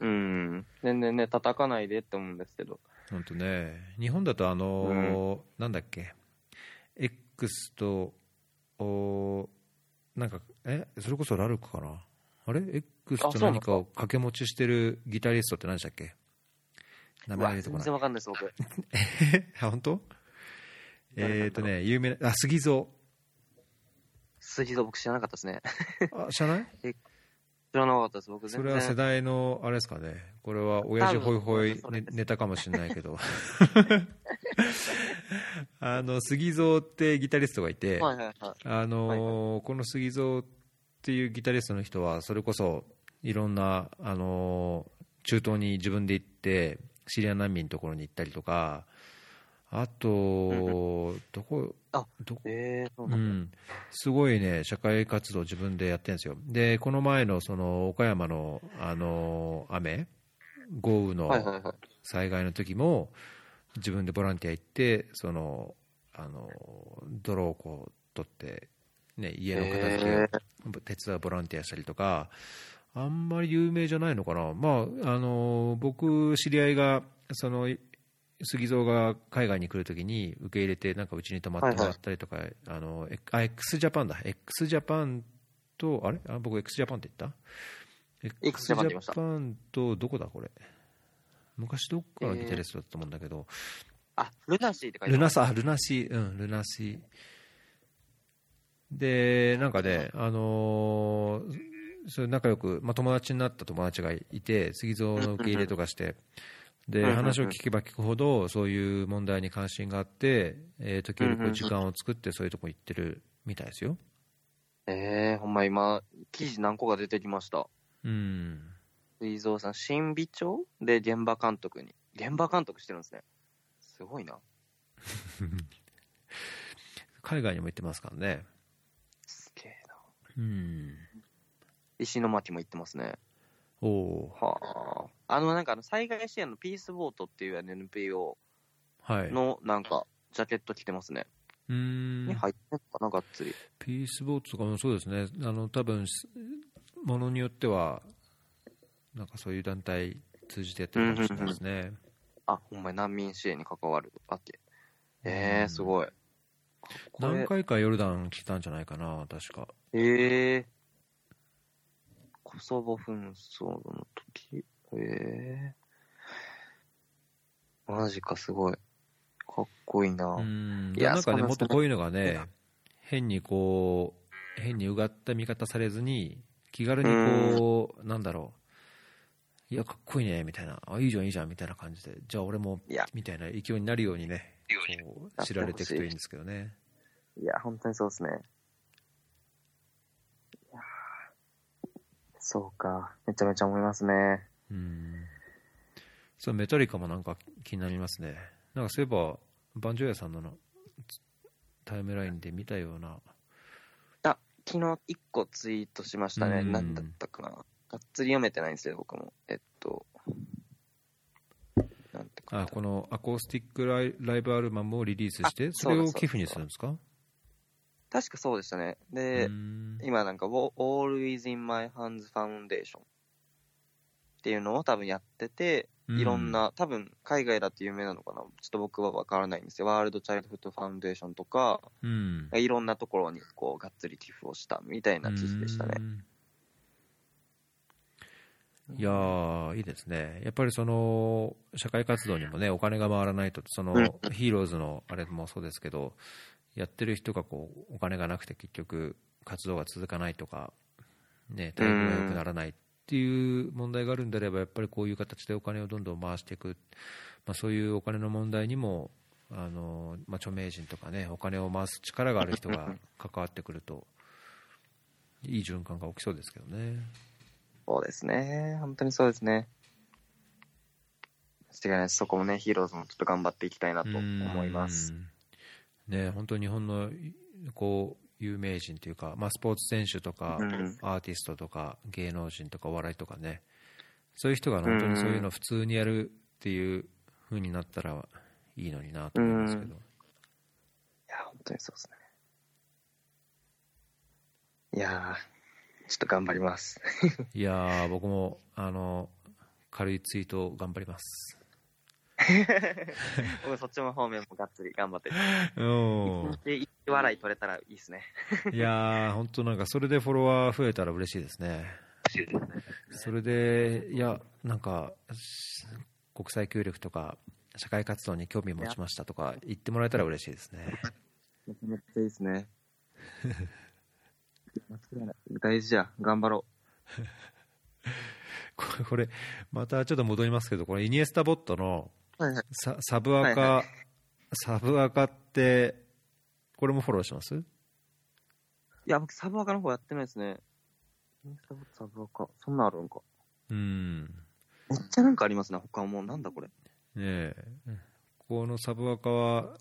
[SPEAKER 2] ううん。全然ね、叩かないでって思うんですけど。
[SPEAKER 1] 本当ね日本だとあのーなんだっけ X とおーなんかえそれこそラルクかなあれ X
[SPEAKER 2] あ
[SPEAKER 1] と
[SPEAKER 2] そうなん
[SPEAKER 1] 何かを掛け持ちしてるギタリストって何でしたっけ名
[SPEAKER 2] う
[SPEAKER 1] 前
[SPEAKER 2] わ
[SPEAKER 1] 入れてこ
[SPEAKER 2] 全
[SPEAKER 1] ない
[SPEAKER 2] 然わかんないです、 僕。
[SPEAKER 1] あ本当
[SPEAKER 2] 誰
[SPEAKER 1] え
[SPEAKER 2] な
[SPEAKER 1] っ、
[SPEAKER 2] ん
[SPEAKER 1] と
[SPEAKER 2] だろう
[SPEAKER 1] ね有名なあ杉蔵
[SPEAKER 2] 数字が僕知らなかったですね。
[SPEAKER 1] あ知らない
[SPEAKER 2] 知らなかったです、僕
[SPEAKER 1] そ
[SPEAKER 2] 全
[SPEAKER 1] れは世
[SPEAKER 2] 然。
[SPEAKER 1] 代のあれですかねこれは親父
[SPEAKER 2] 多分
[SPEAKER 1] ホイホイ
[SPEAKER 2] そうで
[SPEAKER 1] ネ
[SPEAKER 2] す
[SPEAKER 1] ネタかもしれないけ どあの杉蔵ってギタリストがいて、
[SPEAKER 2] はいはいはい。
[SPEAKER 1] あのーこの杉蔵っていうギタリストの人はそれこそいろんな、あのー中東に自分で行ってシリア難民のところに行ったりとかあと、
[SPEAKER 2] ん
[SPEAKER 1] どこ
[SPEAKER 2] あ
[SPEAKER 1] どこ
[SPEAKER 2] えー、そう
[SPEAKER 1] う
[SPEAKER 2] なんだ。
[SPEAKER 1] ん、すごいね、社会活動自分でやってるんですよ。で、この前のその岡山のあの雨、豪雨
[SPEAKER 2] はいはい
[SPEAKER 1] の
[SPEAKER 2] はい。
[SPEAKER 1] 災害の時も、自分でボランティア行って、そのあの泥をこう取って、ね、家の形
[SPEAKER 2] へ
[SPEAKER 1] を手伝うボランティアしたりとか、あんまり有名じゃないのかな、まあ、あの僕、知り合いが、その杉蔵が海外に来るときに受け入れて、なんかうちに泊まってもらったりとか、あのえあ x ジャパンだ、x ジャパンと、あれあ僕、x ジャパンって言った
[SPEAKER 2] X ジャパンって言いました
[SPEAKER 1] ジャパンと、どこだ、これ、昔どっかのギタリストだったと思うんだけど、
[SPEAKER 2] あ、ルナシーって書いて
[SPEAKER 1] ル
[SPEAKER 2] あ
[SPEAKER 1] ナ
[SPEAKER 2] る。
[SPEAKER 1] サ、あルナシー、うん、ルナシー。で、なんかね、あのーそれ仲良く、まあ、友達になった友達がいて、杉蔵の受け入れとかして、で、
[SPEAKER 2] うんうんうん
[SPEAKER 1] 話を聞けば聞くほど、そういう問題に関心があって、えー時折こう時間を作って、そういうとこ行ってるみたいですよ。
[SPEAKER 2] えー、ほんま今、記事何個か出てきました。
[SPEAKER 1] うん。
[SPEAKER 2] 水蔵さん、新美町で現場監督に。現場監督してるんですね。すごいな。
[SPEAKER 1] 海外にも行ってますからね。
[SPEAKER 2] すげえな。
[SPEAKER 1] うん。
[SPEAKER 2] 石巻も行ってますね。
[SPEAKER 1] おお
[SPEAKER 2] はあ。あの、なんかあの、災害支援のピースボートっていう NPO
[SPEAKER 1] ーはい。
[SPEAKER 2] の、なんか、ジャケット着てますね。
[SPEAKER 1] うーん
[SPEAKER 2] に。入ってんのかな、がっつり。
[SPEAKER 1] ピースボートとかもそうですね、あの多分すものによっては、なんかそういう団体通じてやってるかもしれないですね。
[SPEAKER 2] あ、ほんまに難民支援に関わるわけ。え
[SPEAKER 1] う
[SPEAKER 2] ー、
[SPEAKER 1] ん
[SPEAKER 2] すごい。こ
[SPEAKER 1] 何
[SPEAKER 2] れ、
[SPEAKER 1] 回かヨルダン来たんじゃないかな、確か。
[SPEAKER 2] えー。コソボ紛争の時、えー。マジか、すごい。かっこいいな。
[SPEAKER 1] うん
[SPEAKER 2] いや
[SPEAKER 1] なんかね、
[SPEAKER 2] そうなんですね
[SPEAKER 1] もっとこういうのがね
[SPEAKER 2] うん、
[SPEAKER 1] 変にこう、変にうがった見方されずに、気軽にこう、なんだろう、いや、かっこいいね、みたいな、あいいじゃん、いいじゃん、みたいな感じで、じゃあ俺も
[SPEAKER 2] いや、
[SPEAKER 1] みたいな勢いになるようにね、こう知られていくといいんですけどね。
[SPEAKER 2] いや、本当にそうですね。いやーそうか。めちゃめちゃ思いますね。
[SPEAKER 1] うんそうメタリカもなんか気になりますねなんかそういえばバンジョー屋さんののタイムラインで見たような
[SPEAKER 2] 昨日一個ツイートしましたね。
[SPEAKER 1] うん
[SPEAKER 2] 何だったかな。がっつり読めてないんですよ、僕も。えっと。なんて書い
[SPEAKER 1] あ
[SPEAKER 2] てあ
[SPEAKER 1] こ
[SPEAKER 2] る
[SPEAKER 1] のアコースティックライライブアルバムをリリースして
[SPEAKER 2] あ
[SPEAKER 1] それ
[SPEAKER 2] そう
[SPEAKER 1] を
[SPEAKER 2] だそうだ
[SPEAKER 1] 寄付にするんですか
[SPEAKER 2] 確かそうでしたね。で、
[SPEAKER 1] うん
[SPEAKER 2] 今なんか、Wo- All is in my hands foundation っていうのを多分やってて、いろんな、多分海外だって有名なのかな。ちょっと僕はわからないんですよ。ワールドチャイルドフットファウンデーションとか、
[SPEAKER 1] うん
[SPEAKER 2] いろんなところにこうがっつり寄付をしたみたいな記事でしたね
[SPEAKER 1] う。んいやーいいですね、やっぱりその社会活動にもねお金が回らないと、その
[SPEAKER 2] うん
[SPEAKER 1] ヒーローズのあれもそうですけど、やってる人がこうお金がなくて結局、活動が続かないとか、ね、体育が良くならないっていう問題があるんであれば、やっぱりこういう形でお金をどんどん回していく、まあ、そういうお金の問題にも、あのまあ、著名人とかね、お金を回す力がある人が関わってくると、いい循環が起きそうですけどね。
[SPEAKER 2] そうですね。本当にそうですね。間違いないです。そこもね、ヒーローズもちょっと頑張っていきたいなと思います。
[SPEAKER 1] うん。ね、本当日本のこう有名人というか、まあ、スポーツ選手とか、
[SPEAKER 2] うん
[SPEAKER 1] アーティストとか芸能人とかお笑いとかねそういう人が本当にそういうの普通にやるっていう風になったらいいのになと思いますけど、
[SPEAKER 2] いや、本当にそうですね。いやー、ちょっと頑張ります。
[SPEAKER 1] いやー僕もあの軽いツイートを頑張ります。
[SPEAKER 2] 僕そっちの方面もがっつり頑張って。
[SPEAKER 1] うん。
[SPEAKER 2] で、一気笑い取れたらいいですね。
[SPEAKER 1] いやー、本当なんか、それでフォロワー増えたら嬉しいですね。それで、いや、なんか、し国際協力とか、社会活動に興味持ちましたとか言ってもらえたら嬉しいですね。
[SPEAKER 2] めっちゃいいですね。 大事じゃ。頑張ろ
[SPEAKER 1] これ、これまたちょっと戻りますけど、これ、イニエスタボットの
[SPEAKER 2] う。はいはい。
[SPEAKER 1] ササブアカ、
[SPEAKER 2] はいは
[SPEAKER 1] サブアカって、これもフォローしてます
[SPEAKER 2] いや、僕サブアカの方やってないですね。インスタサブアカ。そんなんあるんか。
[SPEAKER 1] うん。
[SPEAKER 2] めっちゃなんかありますね。他もうなんだこれ。
[SPEAKER 1] ねえ、このサブアカは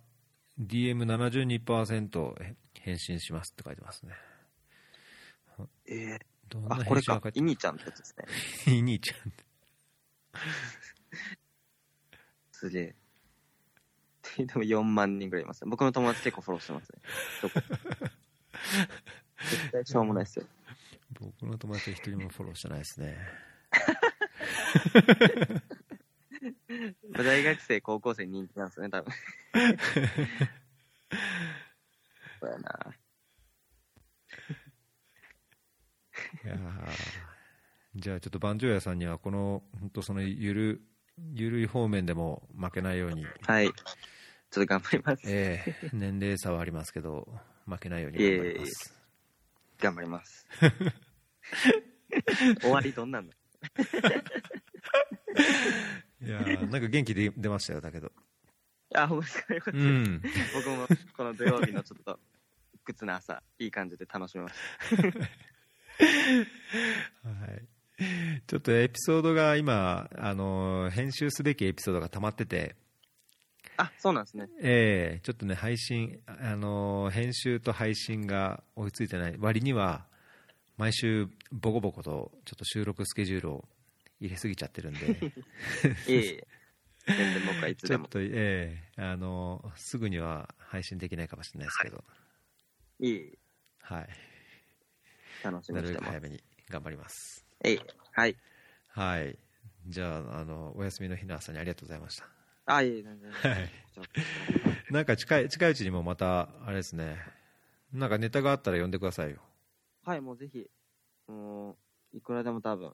[SPEAKER 1] DM72% 返信しますって書いてますね。
[SPEAKER 2] ええ
[SPEAKER 1] どんな
[SPEAKER 2] あ、これ
[SPEAKER 1] 返信
[SPEAKER 2] か
[SPEAKER 1] が返。っ
[SPEAKER 2] イニちゃんってやつですね。
[SPEAKER 1] ていい兄ちゃんって。
[SPEAKER 2] すげえ。でも4万人ぐらいいますね。僕の友達結構フォローし てますね。どこ絶対しょうもないですよ。
[SPEAKER 1] 僕の友達は一人もフォローしてないです ね。
[SPEAKER 2] 大学生、高校生人気なんです ね、多分。そうやな。
[SPEAKER 1] いやーじゃあちょっとバンジョーヤさんにはこの、本当そのゆる、ゆるい方面でも負けないように、
[SPEAKER 2] はい。ちょっと頑張ります。
[SPEAKER 1] ええ年齢差はありますけど、負けないように
[SPEAKER 2] いえいえ
[SPEAKER 1] 頑張ります。
[SPEAKER 2] 頑張り ます。終わりどんなんだ
[SPEAKER 1] いやーなんか元気で出ましたよ、だけど。
[SPEAKER 2] あ、ほんまですかよかっ
[SPEAKER 1] う
[SPEAKER 2] た。
[SPEAKER 1] ん。
[SPEAKER 2] 僕もこの土曜日のちょっと、靴の朝、いい感じで楽しめまし
[SPEAKER 1] はい、ちょっとエピソードが今、あの編集すべきエピソードが溜まってて、
[SPEAKER 2] た。あ、そうなんで すね。
[SPEAKER 1] ええちょっとね、配信、あの編集と配信が追いついてない割には、毎週、ボコボコとちょっと収録スケジュールを入れすぎちゃってるん で、
[SPEAKER 2] いえいえ。全然僕はいつ
[SPEAKER 1] ち
[SPEAKER 2] で
[SPEAKER 1] ょっ
[SPEAKER 2] も。
[SPEAKER 1] と、ええあのすぐには配信できないかもしれないですけど、
[SPEAKER 2] いえいえ。
[SPEAKER 1] はい、
[SPEAKER 2] 楽しみ
[SPEAKER 1] な
[SPEAKER 2] に
[SPEAKER 1] る
[SPEAKER 2] し
[SPEAKER 1] べく
[SPEAKER 2] てます
[SPEAKER 1] 早。めに頑張ります。
[SPEAKER 2] えいえ。はい。
[SPEAKER 1] はい、じゃあ、あのお休みの日の朝にありがとうございました。
[SPEAKER 2] あ、いえいえ、全然。
[SPEAKER 1] はい
[SPEAKER 2] ちょっ
[SPEAKER 1] なんか近い近いうちにもまた、あれですね、なんかネタがあったら呼んでくださいよ。
[SPEAKER 2] とはい、もうぜひ、もう、いくらでも多分、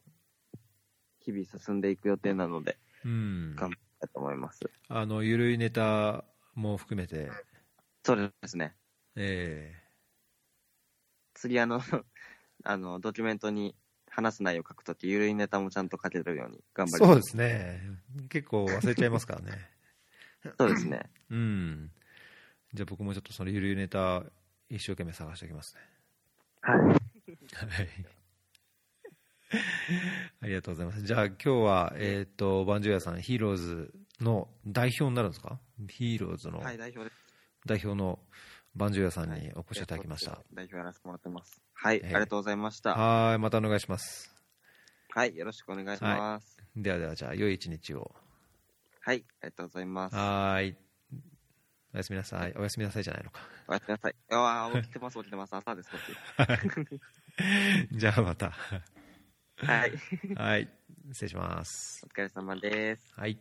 [SPEAKER 2] 日々進んでいく予定なので、
[SPEAKER 1] うん、
[SPEAKER 2] 頑張りたいと思います。
[SPEAKER 1] あのゆるいネタも含めて、
[SPEAKER 2] そうですね。
[SPEAKER 1] え
[SPEAKER 2] 次あの あのドキュメントに話す内容を書くときゆるいネタもちゃんと書けるように頑
[SPEAKER 1] え
[SPEAKER 2] 張り
[SPEAKER 1] そう
[SPEAKER 2] ま
[SPEAKER 1] ですすね、結構忘れちゃいますからね、
[SPEAKER 2] そうですね
[SPEAKER 1] うん、じゃあ僕もちょっとそのゆるいネタ、一生懸命探しておきますね。
[SPEAKER 2] はい
[SPEAKER 1] はいありがとうございます。じゃあ今日は、えっ、と、バンジョーヤさん、ヒーローズの代表になるんですかヒーローズの
[SPEAKER 2] はい代表です
[SPEAKER 1] 代表のバンジョーヤさんにお越しいただきました。
[SPEAKER 2] 代表やらせてもらってますはい、
[SPEAKER 1] えー
[SPEAKER 2] ありがとうございました
[SPEAKER 1] はい、またお願いします。
[SPEAKER 2] はいよろしくお願いします
[SPEAKER 1] ではでは、じゃあ、良い一日を。
[SPEAKER 2] はい、ありがとうございます
[SPEAKER 1] はーい。おやすみなさい。おやすみなさいじゃないのか。
[SPEAKER 2] おやすみなさいああ起きてます起きてます朝ですこっち
[SPEAKER 1] じゃあ、また。
[SPEAKER 2] はい
[SPEAKER 1] はい。失礼します
[SPEAKER 2] お。疲れ様です
[SPEAKER 1] はい。